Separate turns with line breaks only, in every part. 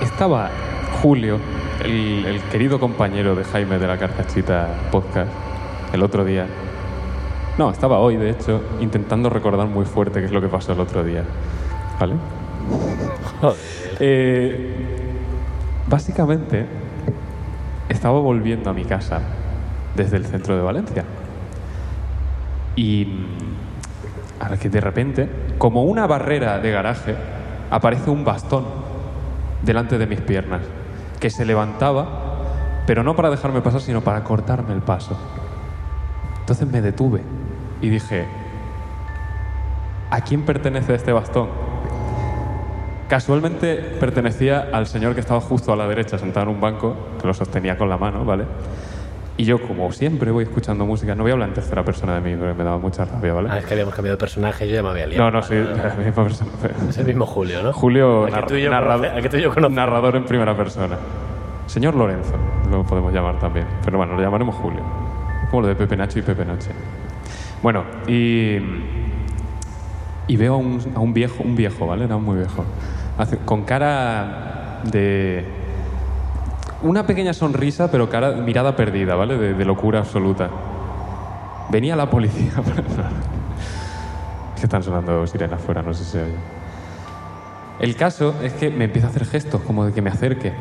estaba Julio, el, el querido compañero de Jaime de la Carcachita Podcast, el otro día. No, estaba hoy, de hecho, intentando recordar muy fuerte qué es lo que pasó el otro día. ¿Vale? Eh, básicamente, estaba volviendo a mi casa desde el centro de Valencia. Y mm, ahora que de repente, como una barrera de garaje, aparece un bastón delante de mis piernas, que se levantaba, pero no para dejarme pasar, sino para cortarme el paso. Entonces me detuve y dije, ¿a quién pertenece este bastón? Casualmente pertenecía al señor que estaba justo a la derecha, sentado en un banco, que lo sostenía con la mano, ¿vale? Y yo, como siempre, voy escuchando música. No voy a hablar en tercera persona de mí, porque me daba mucha rabia, ¿vale?
Ah, es que habíamos cambiado de personaje, yo ya me había liado.
no, no, sí, la misma persona.
Es el mismo Julio, ¿no?
Julio,
Al que
nar-
tú y yo
narrado-
conoce- al que tú y yo conocemos.
narrador en primera persona. Señor Lorenzo, lo podemos llamar también. Pero bueno, lo llamaremos Julio. Como lo de Pepe Nacho y Pepe Noche. Bueno, y, y veo a un, a un viejo, un viejo, ¿vale? Era muy viejo. Hace- con cara de... Una pequeña sonrisa, pero cara, mirada perdida, ¿vale? De, de locura absoluta. Venía la policía. Es que están sonando sirenas fuera, no sé si se oye. El caso es que me empieza a hacer gestos, como de que me acerque.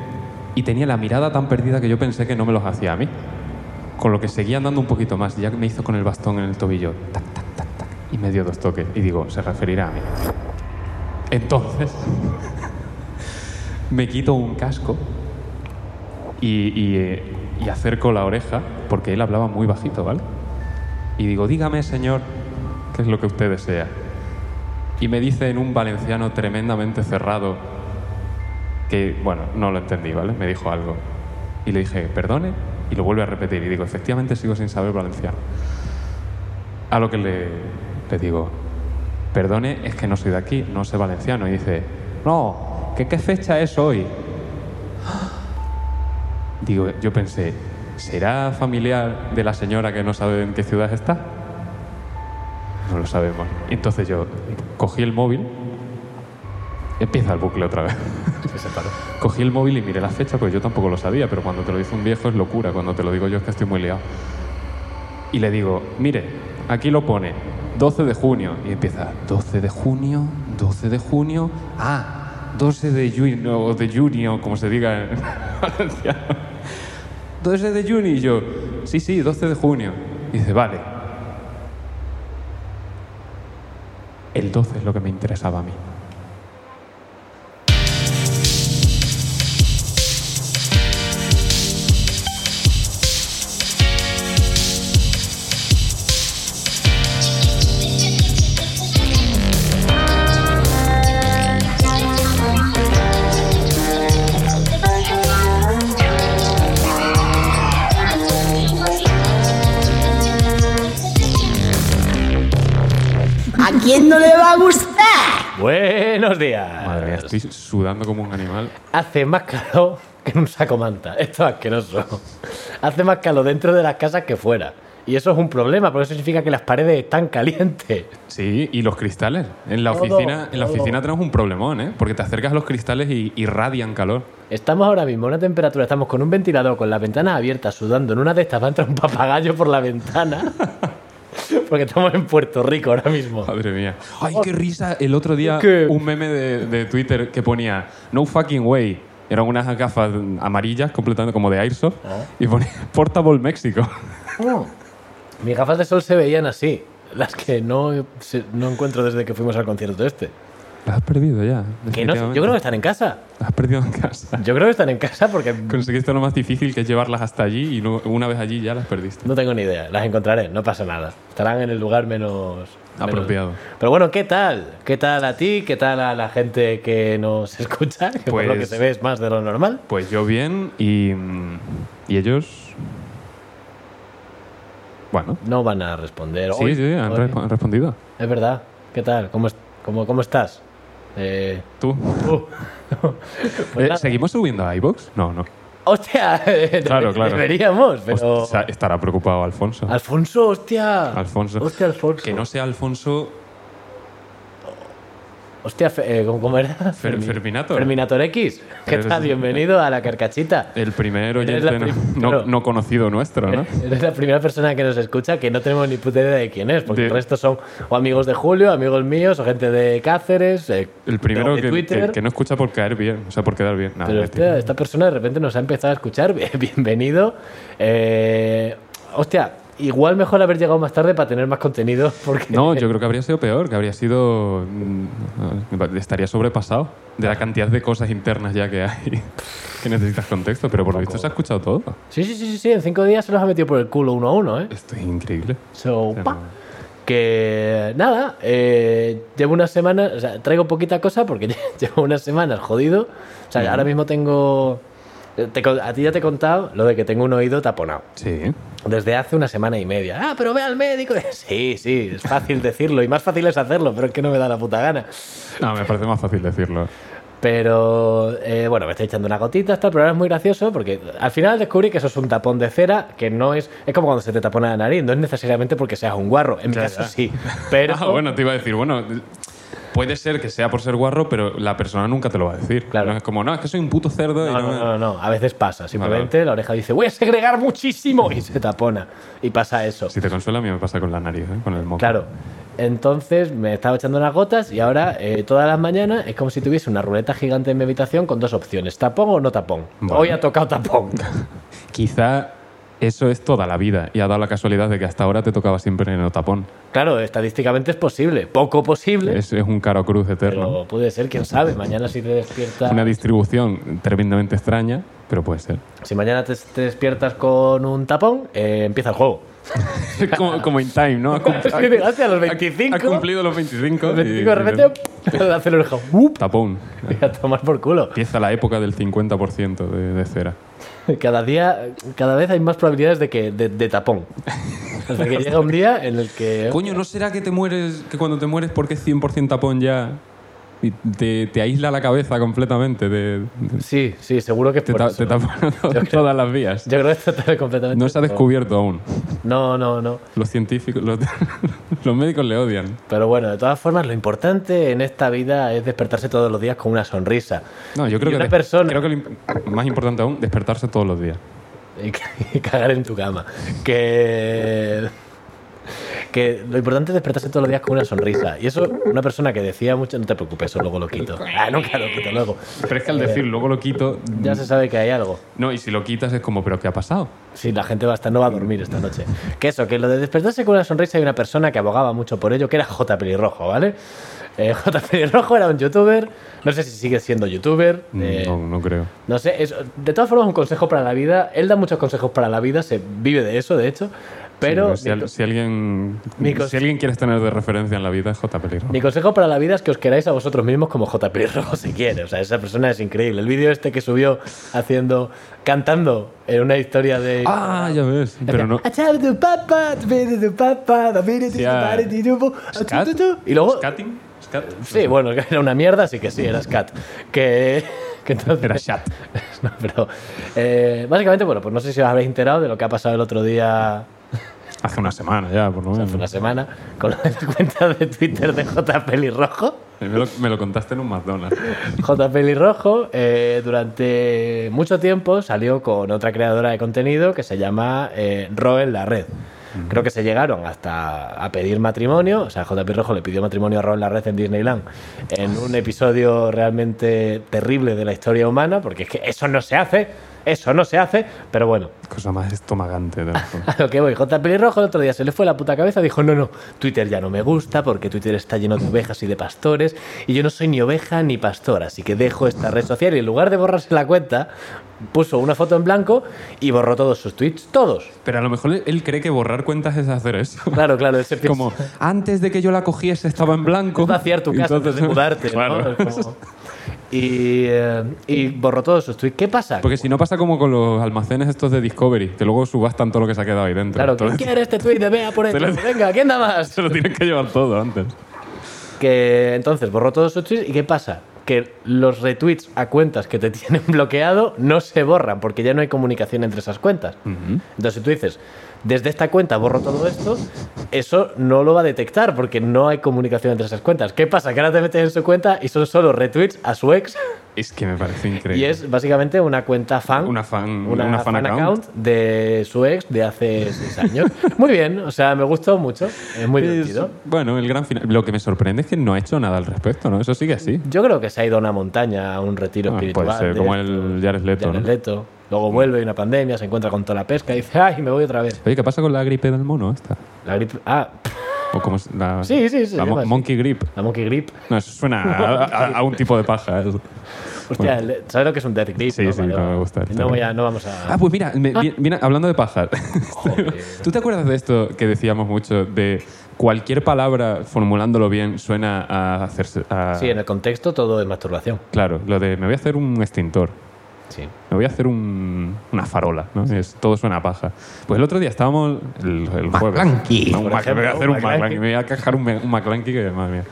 Y tenía la mirada tan perdida que yo pensé que no me los hacía a mí. Con lo que seguía andando un poquito más, y ya me hizo con el bastón en el tobillo. Tac, tac, tac, tac. Y me dio dos toques. Y digo, se referirá a mí. Entonces, me quito un casco y, y, eh, y acerco la oreja, porque él hablaba muy bajito, ¿vale? Y digo, dígame, señor, qué es lo que usted desea. Y me dice en un valenciano tremendamente cerrado que, bueno, no lo entendí, ¿vale? Me dijo algo. Y le dije, perdone, y lo vuelve a repetir. Y digo, efectivamente sigo sin saber valenciano. A lo que le, le digo, perdone, es que no soy de aquí, no sé valenciano. Y dice, no, ¿qué, qué fecha es hoy? Digo, yo pensé, ¿será familiar de la señora que no sabe en qué ciudad está? No lo sabemos. Y entonces yo cogí el móvil. Empieza el bucle otra vez.
Que se paró.
Cogí el móvil y miré la fecha, pues yo tampoco lo sabía, pero cuando te lo dice un viejo es locura, cuando te lo digo yo es que estoy muy liado. Y le digo, mire, aquí lo pone, 12 de junio. Y empieza, 12 de junio, 12 de junio, ah, 12 de junio, o de junio, como se diga en valenciano. 12 de junio, y yo, sí, sí, 12 de junio. Y dice, vale. El 12 es lo que me interesaba a mí.
¿A quién no le va a gustar?
Buenos días.
Madre mía, estoy sudando como un animal.
Hace más calor que en un saco manta. Esto es asqueroso. Hace más calor dentro de las casas que fuera. Y eso es un problema, porque eso significa que las paredes están calientes.
Sí, y los cristales. En la
Todo,
oficina, en la
todo.
oficina tenemos un problemón, ¿eh? Porque te acercas a los cristales y irradian calor.
Estamos ahora mismo a una temperatura, estamos con un ventilador, con las ventanas abiertas, sudando. En una de estas va a entrar un papagayo por la ventana. Porque estamos en Puerto Rico ahora mismo.
Madre mía. Ay, qué risa. El otro día
¿Qué?
un meme de, de Twitter que ponía No fucking way. Eran unas gafas amarillas, completamente como de Airsoft.
Ah.
Y ponía Portable México.
Mis gafas de sol se veían así. Las que no, se- no encuentro desde que fuimos al concierto este.
Las has perdido ya.
Que no, yo creo que están en casa.
Las has perdido en casa.
Yo creo que están en casa porque
Conseguiste lo más difícil que es llevarlas hasta allí y no- una vez allí ya las perdiste.
No tengo ni idea, las encontraré, no pasa nada. Estarán en el lugar menos menos-
Apropiado.
Pero bueno, ¿qué tal? ¿Qué tal a ti? ¿Qué tal a la gente que nos escucha? Que por lo
Pues-
que se ve es más de lo normal.
Pues yo bien y. mm, Y ellos. Bueno.
No van a responder.
Sí,
Hoy-
sí, han,
hoy-
respo- han respondido.
Es verdad. ¿Qué tal? ¿Cómo, es- cómo, cómo estás? Eh,
¿Tú?
uh, pues
Eh,
nada.
¿Seguimos subiendo a iVoox? No, no.
¡Hostia!
Claro, claro.
Deberíamos, pero...
Hostia, estará preocupado Alfonso.
Alfonso, hostia.
Alfonso.
Hostia, Alfonso.
Que no sea Alfonso
Hostia, fe- eh, ¿cómo, cómo era?
Fer-
Fermi-
Ferminator.
Ferminator X. ¿Qué
Eres-
tal? Bienvenido a la carcachita.
El primer
Eres la
oyente no,
prim-
no-
pero-
no conocido nuestro, ¿no?
Eres la primera persona que nos escucha que no tenemos ni puta idea de quién es, porque
De-
el resto son o amigos de Julio, amigos míos, o gente de Cáceres, eh,
El primero
de
que,
Twitter.
que- que no escucha por caer bien, o sea, por quedar bien. Nada,
Pero
Leti.
hostia, esta persona de repente nos ha empezado a escuchar. Bien- Bienvenido. Eh, hostia, igual mejor haber llegado más tarde para tener más contenido. Porque
No, yo creo que habría sido peor, que habría sido. mm, Estaría sobrepasado de la cantidad de cosas internas ya que hay que necesitas contexto, pero por lo visto se ha escuchado todo.
Sí, sí, sí, sí, sí, en cinco días se los ha metido por el culo uno a uno, ¿eh?
Esto es increíble.
So,
Pero-
pa. Que nada, eh, llevo unas semanas, o sea, traigo poquita cosa porque llevo unas semanas jodido. O sea, ahora mismo tengo. eh, te con- a ti ya te he contado lo de que tengo un oído taponado.
Sí.
Desde hace una semana y media. Ah, pero ve al médico. Sí, sí, es fácil decirlo y más fácil es hacerlo, pero es que no me da la puta gana.
No, me parece más fácil decirlo.
Pero eh, bueno, me está echando una gotita, está, pero ahora es muy gracioso porque al final descubrí que eso es un tapón de cera, que no es. Es como cuando se te tapona la nariz, no es necesariamente porque seas un guarro. En mi
Ya,
caso
ya.
sí. Pero.
Ah, bueno, te iba a decir, bueno, puede ser que sea por ser guarro, pero la persona nunca te lo va a decir.
Claro.
No es como, no, es que soy un puto cerdo y
No,
no.
no,
me-
no, no, a veces pasa. Simplemente la oreja dice, voy a segregar muchísimo y se tapona. Y pasa eso.
Si te consuela, a mí me pasa con la nariz, ¿eh? con el moco.
Claro. Entonces me estaba echando unas gotas y ahora eh, todas las mañanas es como si tuviese una ruleta gigante en mi habitación con dos opciones, tapón o no tapón.
Vale.
Hoy ha tocado tapón.
Quizá eso es toda la vida y ha dado la casualidad de que hasta ahora te tocaba siempre en el tapón.
claro, estadísticamente es posible, poco posible,
Es, es un caro cruz eterno.
pero puede ser, quién sabe, mañana si te despiertas...
Una distribución tremendamente extraña, pero puede ser.
Si mañana te, te despiertas con un tapón, eh, empieza el juego.
como, como in time, ¿no? Ha, cum-
Es que llegaste a los 25.
ha cumplido los 25.
Los 25 de
y-
repente la oreja, ¡up!
Tapón.
y a tomar por culo.
Empieza la época del 50% de, de cera.
Cada día, cada vez hay más probabilidades de que de, de tapón. Hasta que llega un día en el que
Coño, ¿no será que te mueres, que cuando te mueres porque es 100% tapón ya y te, te aísla la cabeza completamente? de- de-
sí, sí, seguro que es
te
por
ta-
eso.
te tapan
creo-
todas las vías.
Yo creo que esto está completamente.
No se ha descubierto aún.
No, no, no.
Los científicos, los, los médicos le odian.
Pero bueno, de todas formas, lo importante en esta vida es despertarse todos los días con una sonrisa.
No, yo creo
Y
que
una
des-
persona-
creo que lo imp- más importante aún despertarse todos los días.
Y, ca- y cagar en tu cama. Que. Que lo importante es despertarse todos los días con una sonrisa. Y eso, una persona que decía mucho, no te preocupes, eso luego lo quito. Ah, nunca lo quito luego.
Pero es que al decir luego lo quito,
Eh,
mm,
Ya se sabe que hay algo.
no, y si lo quitas es como, pero ¿qué ha pasado?
Sí, la gente va a estar, no va a dormir esta noche. Que eso, que lo de despertarse con una sonrisa hay una persona que abogaba mucho por ello, que era J. Pelirrojo, ¿vale? Eh, J. Pelirrojo era un youtuber, no sé si sigue siendo youtuber. eh,
Mm, No, no creo.
no sé, es- de todas formas, un consejo para la vida. Él da muchos consejos para la vida, se vive de eso, de hecho. Pero
Sí, si, al-
mi, co-
si alguien,
mi cos-
si alguien quieres tener de referencia en la vida es J. Peligro.
mi consejo para la vida es que os queráis a vosotros mismos como J. Pelirrojo si quiere. O sea, esa persona es increíble. El vídeo este que subió haciendo, cantando en una historia de.
Ah, ya ves. Pero no.
I tell you, papa, to be to papa, to be to
Hostia.
somebody, to do-
¿Scat?
tu, tu, tu. Y luego.
¿Scatting? ¿Scat?
Sí, bueno, que era una mierda, así que sí, era Scat. Que. que entonces-
Era chat.
No, pero. eh, básicamente, bueno, pues no sé si os habréis enterado de lo que ha pasado el otro día,
Hace una semana ya, por lo menos.
hace una semana, con la cuenta de Twitter de J. Pelirrojo.
Me lo, me lo contaste en un McDonald's.
J. Pelirrojo eh, durante mucho tiempo salió con otra creadora de contenido que se llama eh, Ro en la red. Creo que se llegaron hasta a pedir matrimonio. O sea, J. Pelirrojo le pidió matrimonio a Ro en la red en Disneyland en un episodio realmente terrible de la historia humana, porque es que eso no se hace, eso no se hace, pero bueno.
Cosa más estomagante. de verdad.
A lo que voy, J. Pelirrojo el otro día se le fue la puta cabeza, dijo, no, no, Twitter ya no me gusta porque Twitter está lleno de ovejas y de pastores y yo no soy ni oveja ni pastor, así que dejo esta red social y en lugar de borrarse la cuenta, puso una foto en blanco y borró todos sus tweets, todos.
Pero a lo mejor él cree que borrar cuentas es hacer eso.
Claro, claro, ese piensa-
Como, antes de que yo la cogiese estaba en blanco.
Es vaciar tu casa antes
Entonces-
de mudarte, ¿no?
Claro.
Es como- Y, eh, y borró todos sus tweets. ¿Qué pasa?
Porque si no pasa como con los almacenes estos de Discovery, que luego subastan todo lo que se ha quedado ahí dentro.
Claro, ¿quién
Entonces,
quiere este tweet de Bea por esto?
Te lo-
Venga, ¿quién da más?
se lo tienen que llevar todo antes.
Que entonces borró todos sus tweets y ¿qué pasa? que los retweets a cuentas que te tienen bloqueado no se borran, porque ya no hay comunicación entre esas cuentas.
Ujú.
Entonces, si tú dices, desde esta cuenta borro todo esto, eso no lo va a detectar porque no hay comunicación entre esas cuentas. ¿Qué pasa? Que ahora te metes en su cuenta y son solo retweets a su ex
Es que me parece increíble.
y es básicamente una cuenta fan.
Una fan- una fan account.
de su ex de hace seis años. muy bien, o sea, me gustó mucho. Es muy
Es-
divertido.
bueno, el gran final. Lo que me sorprende es que no ha hecho nada al respecto, ¿no? Eso sigue así.
Yo creo que se ha ido a una montaña, a un retiro
Ah,
espiritual.
puede ser,
de
como
esto,
el Jared Leto.
Jared
¿no? Mm.
Leto. Luego vuelve, hay una pandemia, se encuentra con toda la pesca y dice, ay, me voy otra vez.
Oye, ¿qué pasa con la gripe del mono esta?
La gripe... Ah,
O como es la,
Sí, sí, se
la
llama
mo-
así.
monkey grip.
la monkey grip.
No, eso suena a, a- a un tipo de paja. eso.
Hostia, el- ¿sabes lo que es un death grip?
Sí,
no?
sí, no me gusta, está
No, voy
bien.
a- no vamos a...
Ah, pues mira, me- vi- viene- hablando de pajas. ¿Tú te acuerdas de esto que decíamos mucho? De cualquier palabra, formulándolo bien, suena a hacerse. a-
sí, en el contexto todo es masturbación.
Claro, lo de me voy a hacer un extintor.
Sí.
Me voy a hacer un- una farola, ¿no? Es- todo suena a paja. Pues el otro día estábamos el, el jueves.
McClanky.
No, un
Por
Mac- me voy a
ejemplo,
hacer
un
un
McClanky.
McClanky, Me voy a cajar un, me- un McClanky que, madre mía,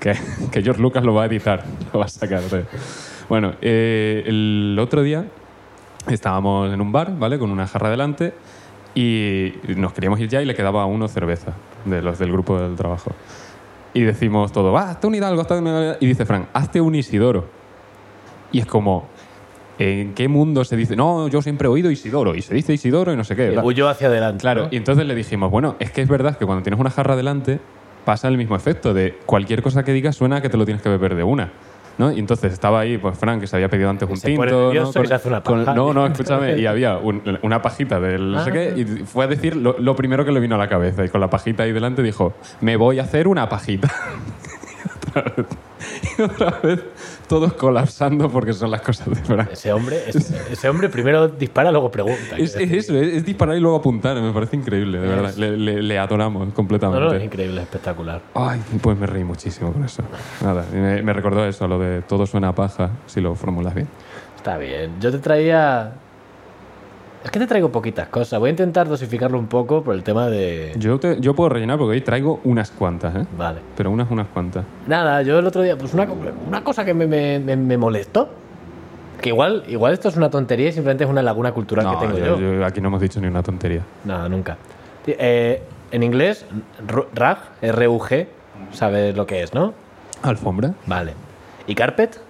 que, que George Lucas lo va a editar, lo va a sacar. tío. Bueno, eh, el otro día estábamos en un bar, ¿vale? Con una jarra delante y nos queríamos ir ya y le quedaba a uno cerveza de los del grupo del trabajo. Y decimos todo, va, hazte un Hidalgo, hazte un Hidalgo". Y dice Frank, hazte un Isidoro. Y es como, ¿en qué mundo se dice? No, yo siempre he oído Isidoro y se dice Isidoro y no sé qué. bla".
Huyó hacia adelante.
Eh, Claro,
¿no?
y entonces le dijimos, bueno, es que es verdad que cuando tienes una jarra delante pasa el mismo efecto de cualquier cosa que digas suena a que te lo tienes que beber de una. ¿no? Y entonces estaba ahí, pues Frank, que se había pedido antes un
se
tinto.
pone nervioso
¿no?
y se hace una paja. Ah.
no, no, escúchame. Y había un- una pajita del no sé qué. Y fue a decir lo, lo primero que le vino a la cabeza. Y con la pajita ahí delante dijo, me voy a hacer una pajita. y otra vez, y otra vez todos colapsando porque son las cosas de Frank.
Ese hombre, ese, ese hombre primero dispara, luego pregunta.
Es,
quiero
es
decir.
eso, es, es disparar y luego apuntar, me parece increíble, de verdad. Le, le- le adoramos
No,
completamente.
no, es increíble, es espectacular.
Ay, pues me reí muchísimo con eso. Nada, y me, me recordó eso, lo de todo suena a paja, si lo formulas bien.
Está bien. Yo te traía. Es que te traigo poquitas cosas. Voy a intentar dosificarlo un poco por el tema de.
Yo, te- yo puedo rellenar porque hoy traigo unas cuantas, ¿eh?
Vale.
Pero unas, unas cuantas.
Nada, yo el otro día, pues una, una cosa que me, me- me- me molestó. Que igual, igual esto es una tontería y simplemente es una laguna cultural
No,
que tengo
yo-
yo.
yo- aquí no hemos dicho ni una tontería.
Nada, nunca. Eh, en inglés, ru- rug, R-U-G, sabes lo que es, ¿no?
¿Alfombra?
Vale. ¿Y carpet?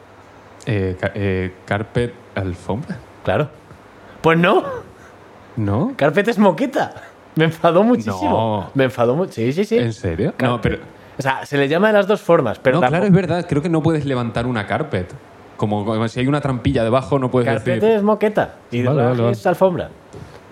Eh, ca- eh, ¿Carpet alfombra?
Claro. Pues no.
¿No?
Carpet es moqueta. Me enfadó muchísimo.
No.
Me enfadó mucho. Sí, sí, sí.
¿En serio? No, pero...
O sea, se le llama de las dos formas, pero
no,
la
claro, es verdad, creo que no puedes levantar una carpet. Como, como si hay una trampilla debajo, no puedes
carpete
Pues decir...
es moqueta y
Vale,
la-
vale, vale.
es alfombra.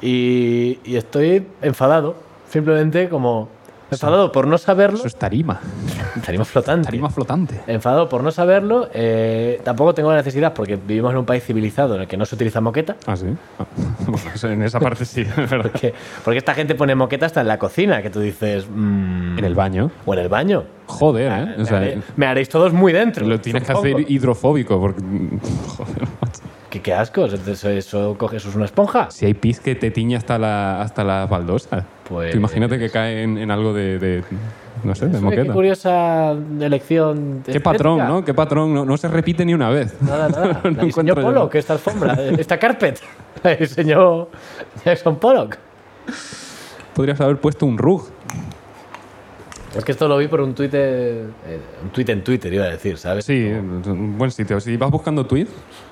Y, y estoy enfadado, simplemente como enfadado por no saberlo.
Eso es tarima.
Estaríamos flotando.
Tarima flotante.
Enfadado por no saberlo, eh, tampoco tengo la necesidad porque vivimos en un país civilizado en el que no se utiliza moqueta.
Ah, sí. Ah, bueno, eso en esa parte sí, es verdad.
Porque, porque esta gente pone moqueta hasta en la cocina, que tú dices. mm,
En el baño.
O en el baño.
Joder, ¿eh? O
me,
sea,
haré- me haréis todos muy dentro.
lo tienes que
supongo.
hacer hidrofóbico porque. Joder, macho.
¿Qué, qué asco? ¿Eso, eso coge- eso es una esponja?
Si hay pis que te tiñe hasta la, hasta la baldosa.
Pues-
Tú imagínate que cae en, en algo de, de- No sé, de
Joder, Qué
moqueta.
curiosa elección.
Qué patrón, ¿no? Qué patrón. No, no se repite ni una vez.
Nada, nada.
No
La diseñó
encuentro yo
Pollock,
nada.
esta alfombra, esta carpet. La diseñó Jackson Pollock.
Podrías haber puesto un rug.
Es que esto lo vi por un tuit. eh, un tuit en Twitter, iba a decir, ¿sabes?
Sí, un buen sitio. Si vas buscando tweet,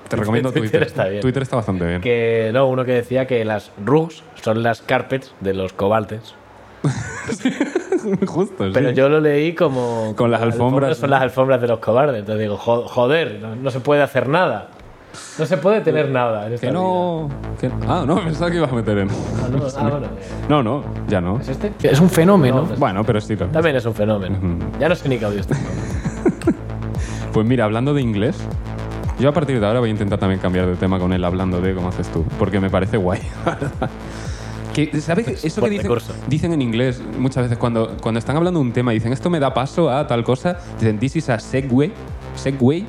te recomiendo Twitter.
Twitter está bien.
Twitter está bastante bien.
Que no, uno que decía que las rugs son las carpets de los cobaltes.
Justo. sí.
Pero yo lo leí como.
Con las alfombras,
Son
¿no?
las alfombras de los cobardes. Entonces digo, jo- joder, no, no se puede hacer nada. No se puede tener nada. En esta
Que no. que- Ah, no, pensaba que ibas a meter en.
vida. Ah, no, ah, bueno, eh,
No, no, ya no.
¿Es este?
Es un fenómeno.
No,
Bueno, pero sí. lo-
También es un fenómeno.
Ujú.
Ya no sé ni qué audio está.
Pues mira, hablando de inglés, yo a partir de ahora voy a intentar también cambiar de tema con él hablando de cómo haces tú, porque me parece guay. que, ¿Sabes qué? eso que
fuerte
dicen,
Pues, curso.
dicen en inglés muchas veces cuando, cuando están hablando de un tema y dicen esto me da paso a tal cosa? Dicen this is a segue. Segway.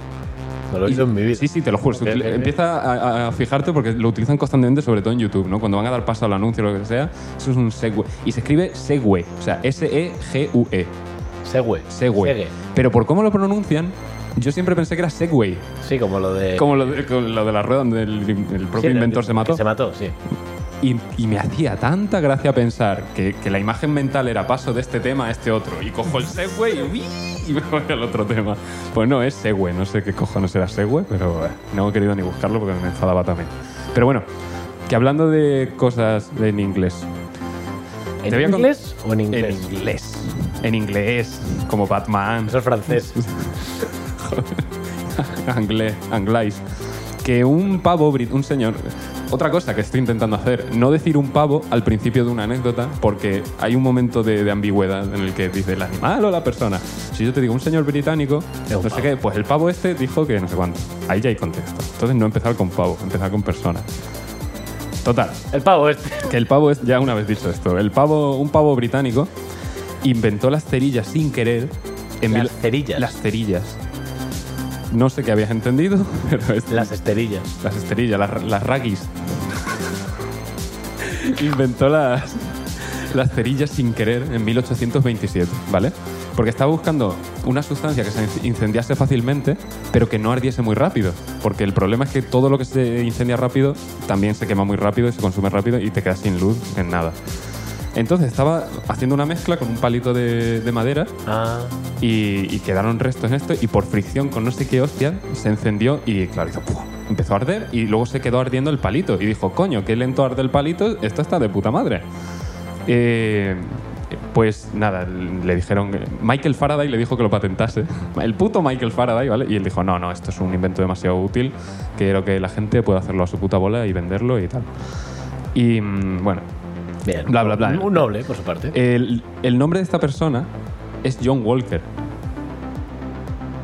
No lo he oído en Pues mi vida.
Sí, sí, te lo juro. se
Ok,
utili-
ok, ok.
Empieza a, a- a fijarte porque lo utilizan constantemente, sobre todo en YouTube, ¿no? Cuando van a dar paso al anuncio o lo que sea, eso es un segue. Y se escribe E segue, o sea, S-E-G-U-E.
Segue.
Segway. Pero por cómo lo pronuncian, Yo siempre pensé que era Segway,
Sí, como lo de.
como lo de, como lo de la rueda donde el, el
Sí,
propio inventor se mató.
Se mató, sí.
Y, y me hacía tanta gracia pensar que, que la imagen mental era paso de este tema a este otro. Y cojo el Segway y, ¡uy! y me voy al otro tema. Pues no, es Segway. No sé qué cojones era Segway, pero eh, no he querido ni buscarlo porque me enfadaba también. Pero bueno, que hablando de cosas en inglés.
¿En
Te voy a con-
inglés o en
En
inglés?
inglés. En inglés. Como Batman.
Eso es francés.
Anglés. Anglais. Que un pavo, brit- un señor. Otra cosa que estoy intentando hacer, no decir un pavo al principio de una anécdota, porque hay un momento de, de ambigüedad en el que dice el animal o la persona. Si yo te digo un señor británico,
Es un
no
pavo.
sé qué, pues el pavo este dijo que no sé cuánto. Ahí ya hay contexto. Entonces no empezar con pavo, empezar con persona. Total,
El pavo este.
que el pavo es, ya una vez dicho esto, el pavo, un pavo británico inventó las cerillas sin querer. En
Las
mil-
cerillas.
Las cerillas. No sé qué habías entendido, pero es
Las esterillas.
las esterillas, las, las raquis. Inventó las, las cerillas sin querer en 1827, ¿vale? Porque estaba buscando una sustancia que se inc- incendiase fácilmente, pero que no ardiese muy rápido. Porque el problema es que todo lo que se incendia rápido también se quema muy rápido y se consume rápido y te quedas sin luz en nada. Entonces estaba haciendo una mezcla con un palito de- de madera
Ah.
y, y quedaron restos en esto y por fricción con no sé qué hostia se encendió y claro, hizo ¡puf! empezó a arder y luego se quedó ardiendo el palito y dijo, coño, qué lento arde el palito, esto está de puta madre. Eh, pues nada, le dijeron, Michael Faraday le dijo que lo patentase, el puto Michael Faraday, ¿vale? Y él dijo, no, no, esto es un invento demasiado útil, quiero que la gente pueda hacerlo a su puta bola y venderlo y tal. Y mm, bueno,
Bien.
Bla, bla, Eh. bla.
Un noble, por su parte.
el, el nombre de esta persona es John Walker.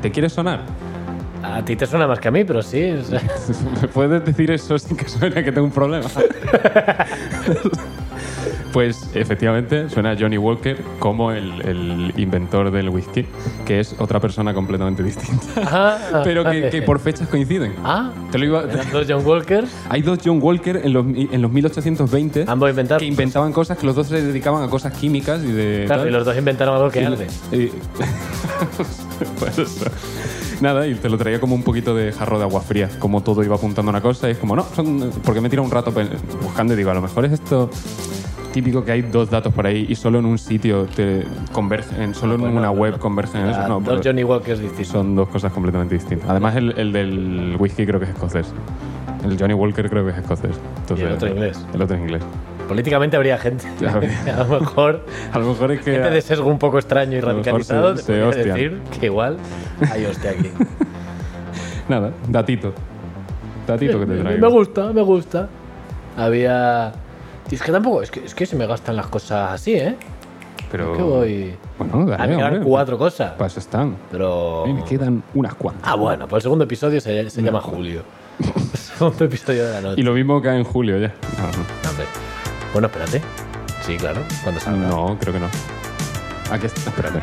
¿Te quieres sonar?
A ti te suena más que a mí, pero sí. o sea,
¿Me puedes decir eso sin que suene que tengo un problema? pues efectivamente suena Johnny Walker como el, el inventor del whisky, que es otra persona completamente distinta,
ah,
pero que,
vale.
que por fechas coinciden.
Ah.
Te lo iba-
Eran dos John Walker,
Hay dos John Walker en los, mi- en los 1820
ambos inventaron.
que inventaban cosas que los dos se dedicaban a cosas químicas y de...
Claro,
tal.
y los dos inventaron algo que
Y-
arde.
y- pues eso. Nada, y te lo traía como un poquito de jarro de agua fría, como todo iba apuntando a una cosa, y es como, no, son, porque me he tirado un rato pen- buscando y digo, a lo mejor es esto típico que hay dos datos por ahí y solo en un sitio te convergen, solo en
Pues no,
una
no,
web
no.
convergen.
Ah,
eso no,
dos
pero
Johnny Walkers distintos.
son dos cosas completamente distintas. Además, el, el del whisky creo que es escocés. El Johnny Walker creo que es escocés. Entonces,
Y el otro inglés.
El otro inglés.
Políticamente habría gente.
Ya ves.
a lo mejor.
A lo mejor es que...
Gente de sesgo un poco extraño y
lo mejor se-
radicalizado. te
se
podría
hostian.
decir que igual hay hostia aquí.
Nada, datito. Datito que te traigo.
me gusta, me gusta. Había. Tío, Es que tampoco. Es que, es que se me gastan las cosas así, ¿eh?
Pero...
Es que voy.
Bueno, dale,
A mí me quedan
Oh. hombre.
cuatro cosas.
Para eso están.
Pero.
A mí me quedan unas cuantas.
Ah, bueno, pues el segundo episodio se, se llama Julio. segundo episodio de la noche.
Y lo mismo cae en julio ya. No,
Hombre. Bueno, espérate. Sí, claro. Cuando salga.
Ah, no, creo que no. Aquí está, espérate.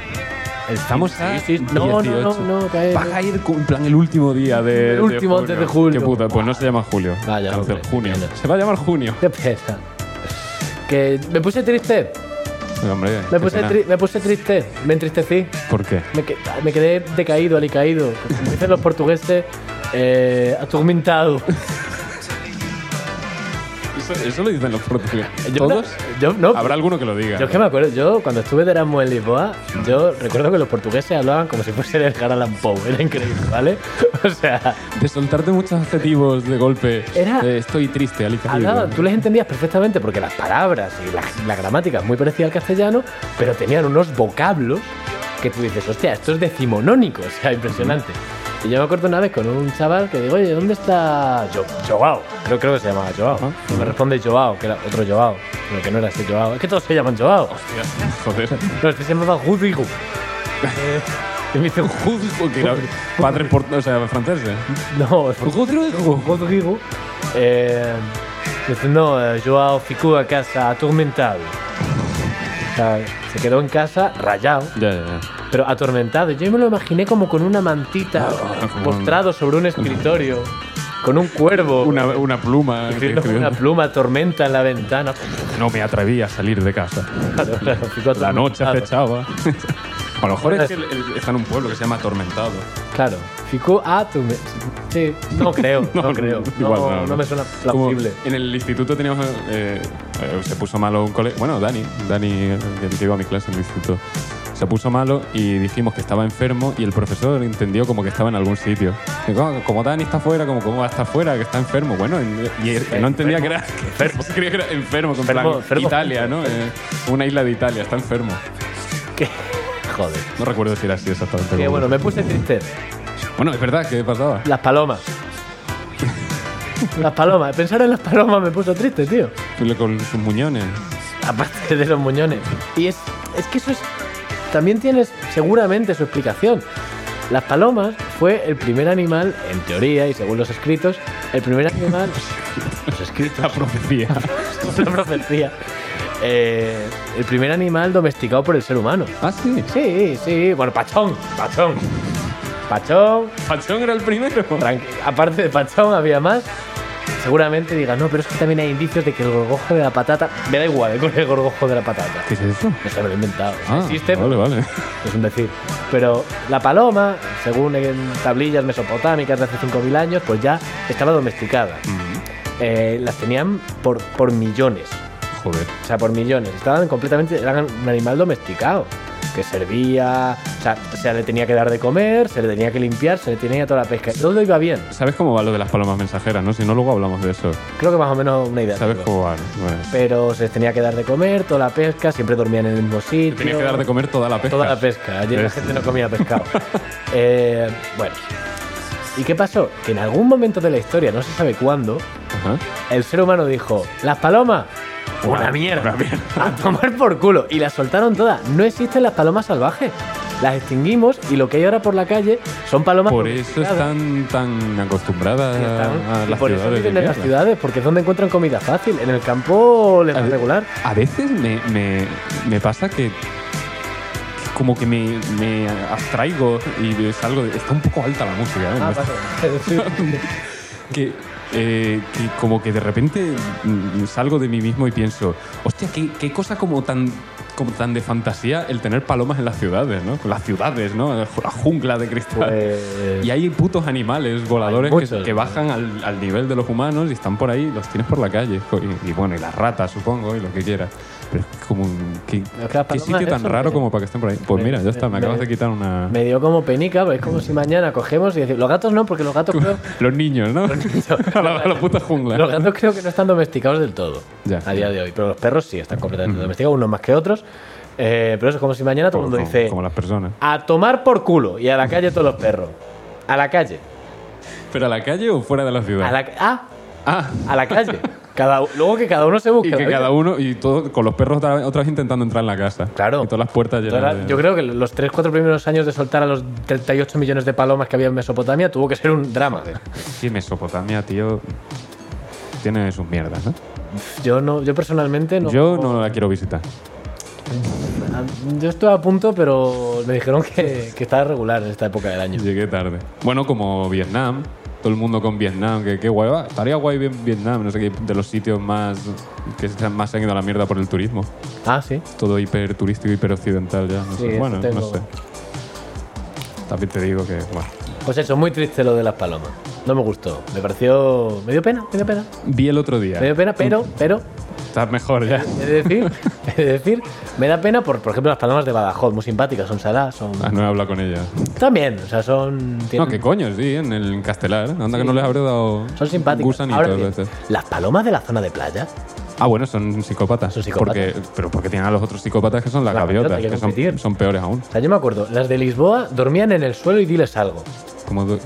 Estamos
a
No, no, no,
18.
no, cae.
Va a caer con- en plan el último día de.
El último antes de julio.
Qué puta, pues no se llama julio.
Vaya,
Cancel,
hombre,
junio.
mira.
Se va a llamar junio.
Qué pena. Que me puse triste.
Hombre,
Me
qué
puse,
pena.
tri- me puse triste. Me entristecí.
¿Por qué?
Me, que- me quedé decaído, alicaído. Como dicen los portugueses, eh, atormentado.
Eso, eso lo dicen los portugueses.
Yo no-
¿Todos?
Yo no.
Habrá alguno que lo diga.
Yo es que me acuerdo, yo cuando estuve de Erasmus en Lisboa, yo recuerdo que los portugueses hablaban como si fuesen el Garland Poe, era increíble, ¿vale? O sea,
De soltarte muchos adjetivos de golpe.
Era-
Eh, estoy triste, alicaído.
hablaban, Ah, tú les entendías perfectamente porque las palabras y la, la gramática es muy parecida al castellano, pero tenían unos vocablos que tú dices, hostia, esto es decimonónico, o sea, impresionante. Y yo me acuerdo una vez con un chaval que digo, oye, ¿dónde está Jo- Joao? Creo, creo que se llamaba Joao.
Ajá.
Y me responde Joao, que era otro Joao, pero que no era ese Joao. Es que todos se llaman Joao.
Joder.
No, este se llamaba Rodrigo. Eh, y me dice,
Rodrigo, que era padre por, o sea, francés. ¿eh?
No, es
Rodrigo.
Rodrigo. Eh, dice, no, eh, Joao ficou a casa atormentado. O sea, Se quedó en casa rayado,
Ya, ya,
pero atormentado. Yo me lo imaginé como con una mantita,
Ah, como un-
postrado sobre un escritorio, con un cuervo,
Una, una pluma. que
escribiendo
escribió.
una pluma, tormenta en la ventana.
No me atreví a salir de casa.
Claro, claro, ficou
La noche
atormentado.
acechaba. A lo mejor es que él- él está en un pueblo que se llama Atormentado.
Claro. Ficu a tu. me- Sí, no creo, no, creo.
igual
no, no me suena plausible.
Como en el instituto teníamos. eh, eh, se puso malo un colega. Bueno, Dani, Dani, el que iba a mi clase en el instituto. Se puso malo y dijimos que estaba enfermo y el profesor entendió como que estaba en algún sitio. Digo, "Ah, como Dani está fuera, como cómo va a estar fuera, que está enfermo. Bueno, en- y él no entendía que era enfermo. Creía que era enfermo, con
Enfermo,
plan
enfermo.
Italia, ¿no? Eh, una isla de Italia, está enfermo.
¿Qué? Joder.
No recuerdo si era así exactamente.
Que
como-
bueno, me puse triste.
Bueno, es verdad, ¿qué pasaba?
Las palomas. Las palomas. Pensar en las palomas me puso triste, tío.
Con sus muñones.
aparte de los muñones. Y es, es que eso es. También tienes seguramente su explicación. Las palomas fue el primer animal, en teoría y según los escritos, el primer animal. los escritos,
La profecía.
la profecía. eh, el primer animal domesticado por el ser humano.
ah, sí.
Sí, sí, bueno, Pachón, Pachón. Pachón,
Pachón era el primero.
Tranqui- Aparte de Pachón había más. Seguramente digas, no, pero es que también hay indicios de que el gorgojo de la patata. Me da igual eh, el gorgojo de la patata.
¿Qué es eso?
No se lo he inventado.
Ah,
Existe,
vale, vale.
es un decir. Pero la paloma, según en tablillas mesopotámicas de hace 5.000 años, pues ya estaba domesticada. Eh, las tenían por, por millones.
Joder.
O sea, por millones. Estaban completamente. Eran un animal domesticado. Que servía. O sea, se le tenía que dar de comer, se le tenía que limpiar, se le tenía toda la pesca. Todo iba bien.
¿Sabes cómo va lo de las palomas mensajeras, no? Si no, luego hablamos de eso.
Creo que más o menos una idea.
¿Sabes
tengo.
cómo va? Bueno.
Pero se les tenía que dar de comer, toda la pesca, siempre dormían en el mismo sitio.
Te tenías que dar de comer toda la pesca.
Toda la pesca. Ayer la
Es-
gente no comía pescado. Eh, bueno. ¿Y qué pasó? Que en algún momento de la historia, no se sabe cuándo,
Ajá.
el ser humano dijo, las palomas, una mierda, a tomar por culo. Y las soltaron todas. No existen las palomas salvajes. Las extinguimos y lo que hay ahora por la calle son palomas
Por eso
domesticadas.
están tan acostumbradas
Y están-
a
y
Ah, las
por eso
ciudades. de
viven en las
mierda.
ciudades, porque es donde encuentran comida fácil. En el campo les va
A ver,
regular.
A veces me, me- me pasa que como que me, me abstraigo y salgo de... Está un poco alta la música, ¿eh?
Ah,
Me está-
vale. Sí.
que, eh, que como que de repente mm, salgo de mí mismo y pienso, hostia, qué, qué cosa como tan, como tan de fantasía el tener palomas en las ciudades, ¿no? Con Las ciudades, ¿no? La jungla de cristal.
Pues-
y hay putos animales voladores
Hay
que-
muchos.
que, bajan al, al nivel de los humanos y están por ahí, los tienes por la calle. jo- Y, y bueno, y las ratas, supongo, y lo que quieras. Pero es como un- ¿Qué,
Pero es que las
qué
palomas
sitio tan
eso,
raro
eh,
como para que estén por ahí? Pues
me-
mira, ya está,
me-
me acabas
me-
de quitar una...
Me dio como penica, pero es como si mañana cogemos y decimos, los gatos no, porque los gatos creo,
Los niños, ¿no? a, la, a la puta jungla.
los gatos creo que no están domesticados del todo
Ya.
a día de hoy, pero los perros sí están completamente domesticados, unos más que otros. Eh, pero eso es como si mañana todo el mundo
Como-
dice,
como las personas.
a tomar por culo y a la calle todos los perros. A la calle.
¿Pero a la calle o fuera de la ciudad?
A la, ah,
Ah,
a la calle. Cada, u- luego que cada uno se busque.
y que
la vida.
cada uno, y todo, con los perros otra, otra vez intentando entrar en la casa.
Claro.
Y todas las puertas llenas.
Entonces,
de-
yo creo que los 3-4 primeros años de soltar a los 38 millones de palomas que había en Mesopotamia tuvo que ser un drama.
Sí, Mesopotamia, tío. Tiene sus mierdas, ¿no?
Yo no, yo personalmente no.
Yo no la quiero visitar.
Yo estuve a punto, pero me dijeron que, que estaba regular en esta época del año.
Llegué tarde. Bueno, como Vietnam. Todo el mundo con Vietnam, que qué guay. va, Estaría guay bien Vietnam, no sé qué, de los sitios más que se han- más se han ido a la mierda por el turismo.
Ah, sí.
Todo hiper turístico, hiper occidental ya. No
Sí,
sé.
eso
Bueno, no
tengo.
sé. También te digo que, bueno,
Pues eso, muy triste lo de las palomas. No me gustó. Me pareció. Me dio pena, me dio pena.
Vi el otro día.
Me dio pena, pero, pero,
Estás mejor ya.
he de decir, he de decir, me da pena por, por ejemplo, las palomas de Badajoz, muy simpáticas, son saladas, son.
Ah, no he hablado con ella.
También, o sea, son.
No,
tienen-
que coño, sí, en el castelar. Anda que no les habré dado
son simpáticas.
gusanitos
Ahora
de
bien,
estos.
las palomas de la zona de playa.
Ah, bueno, son psicópatas.
Son psicópatas.
Porque, pero porque tienen a los otros psicópatas que son las
La gaviota,
gaviotas,
hay que
que son,
competir.
son peores aún.
O sea, yo me acuerdo, las de Lisboa dormían en el suelo y diles algo.
Como du-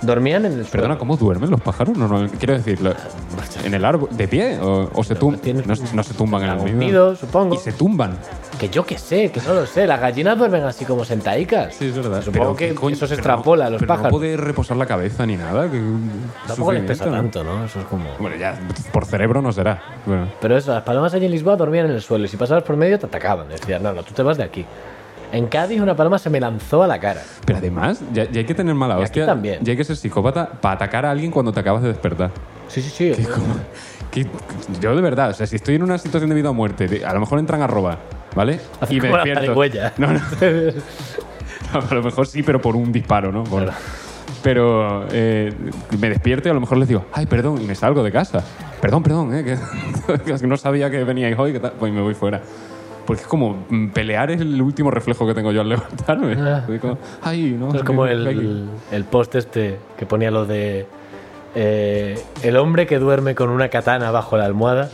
Dormían en el suelo.
perdona, ¿cómo duermen los pájaros? No, no, quiero decir, lo- ¿en el árbol? ¿De pie? ¿O, o se, tum-
tienen-
no, se- no se tumban en
Algún
el nido?
nido, supongo.
Y se tumban.
Que yo qué sé, que no lo sé. Las gallinas duermen así como sentaicas.
Sí, es verdad.
Supongo
Pero,
que
¿qué coño?
eso se
Pero
extrapola
no-
a los
pero
pájaros.
No puede reposar la cabeza ni nada. que-
Tampoco les
sufrimiento,
pesa
¿no?
tanto, ¿no? Eso es como.
Bueno, ya, por cerebro no será. Bueno.
Pero eso, las palomas allí en Lisboa dormían en el suelo y si pasabas por medio te atacaban. Decían, no, no, tú te vas de aquí. En Cádiz una paloma se me lanzó a la cara.
Pero además, ya, ya hay que tener mala
Y aquí
hostia.
también.
Ya hay que ser psicópata para atacar a alguien cuando te acabas de despertar.
Sí, sí, sí.
Que como- que- yo de verdad, o sea, si estoy en una situación de vida o muerte, de- a lo mejor entran a robar, ¿vale?
Haces como la zarigüeya.
No, no. a lo mejor sí, pero por un disparo, ¿no? Por- Pero eh, me despierto y a lo mejor les digo, ay, perdón, y me salgo de casa. Perdón, perdón, eh, que, que no sabía que veníais hoy, que tal, pues me voy fuera. Porque es como mm, pelear es el último reflejo que tengo yo al levantarme.
Ah.
Soy como, ay, no.
Eso es como
que- que-
el, el post este que ponía lo de eh, el hombre que duerme con una katana bajo la almohada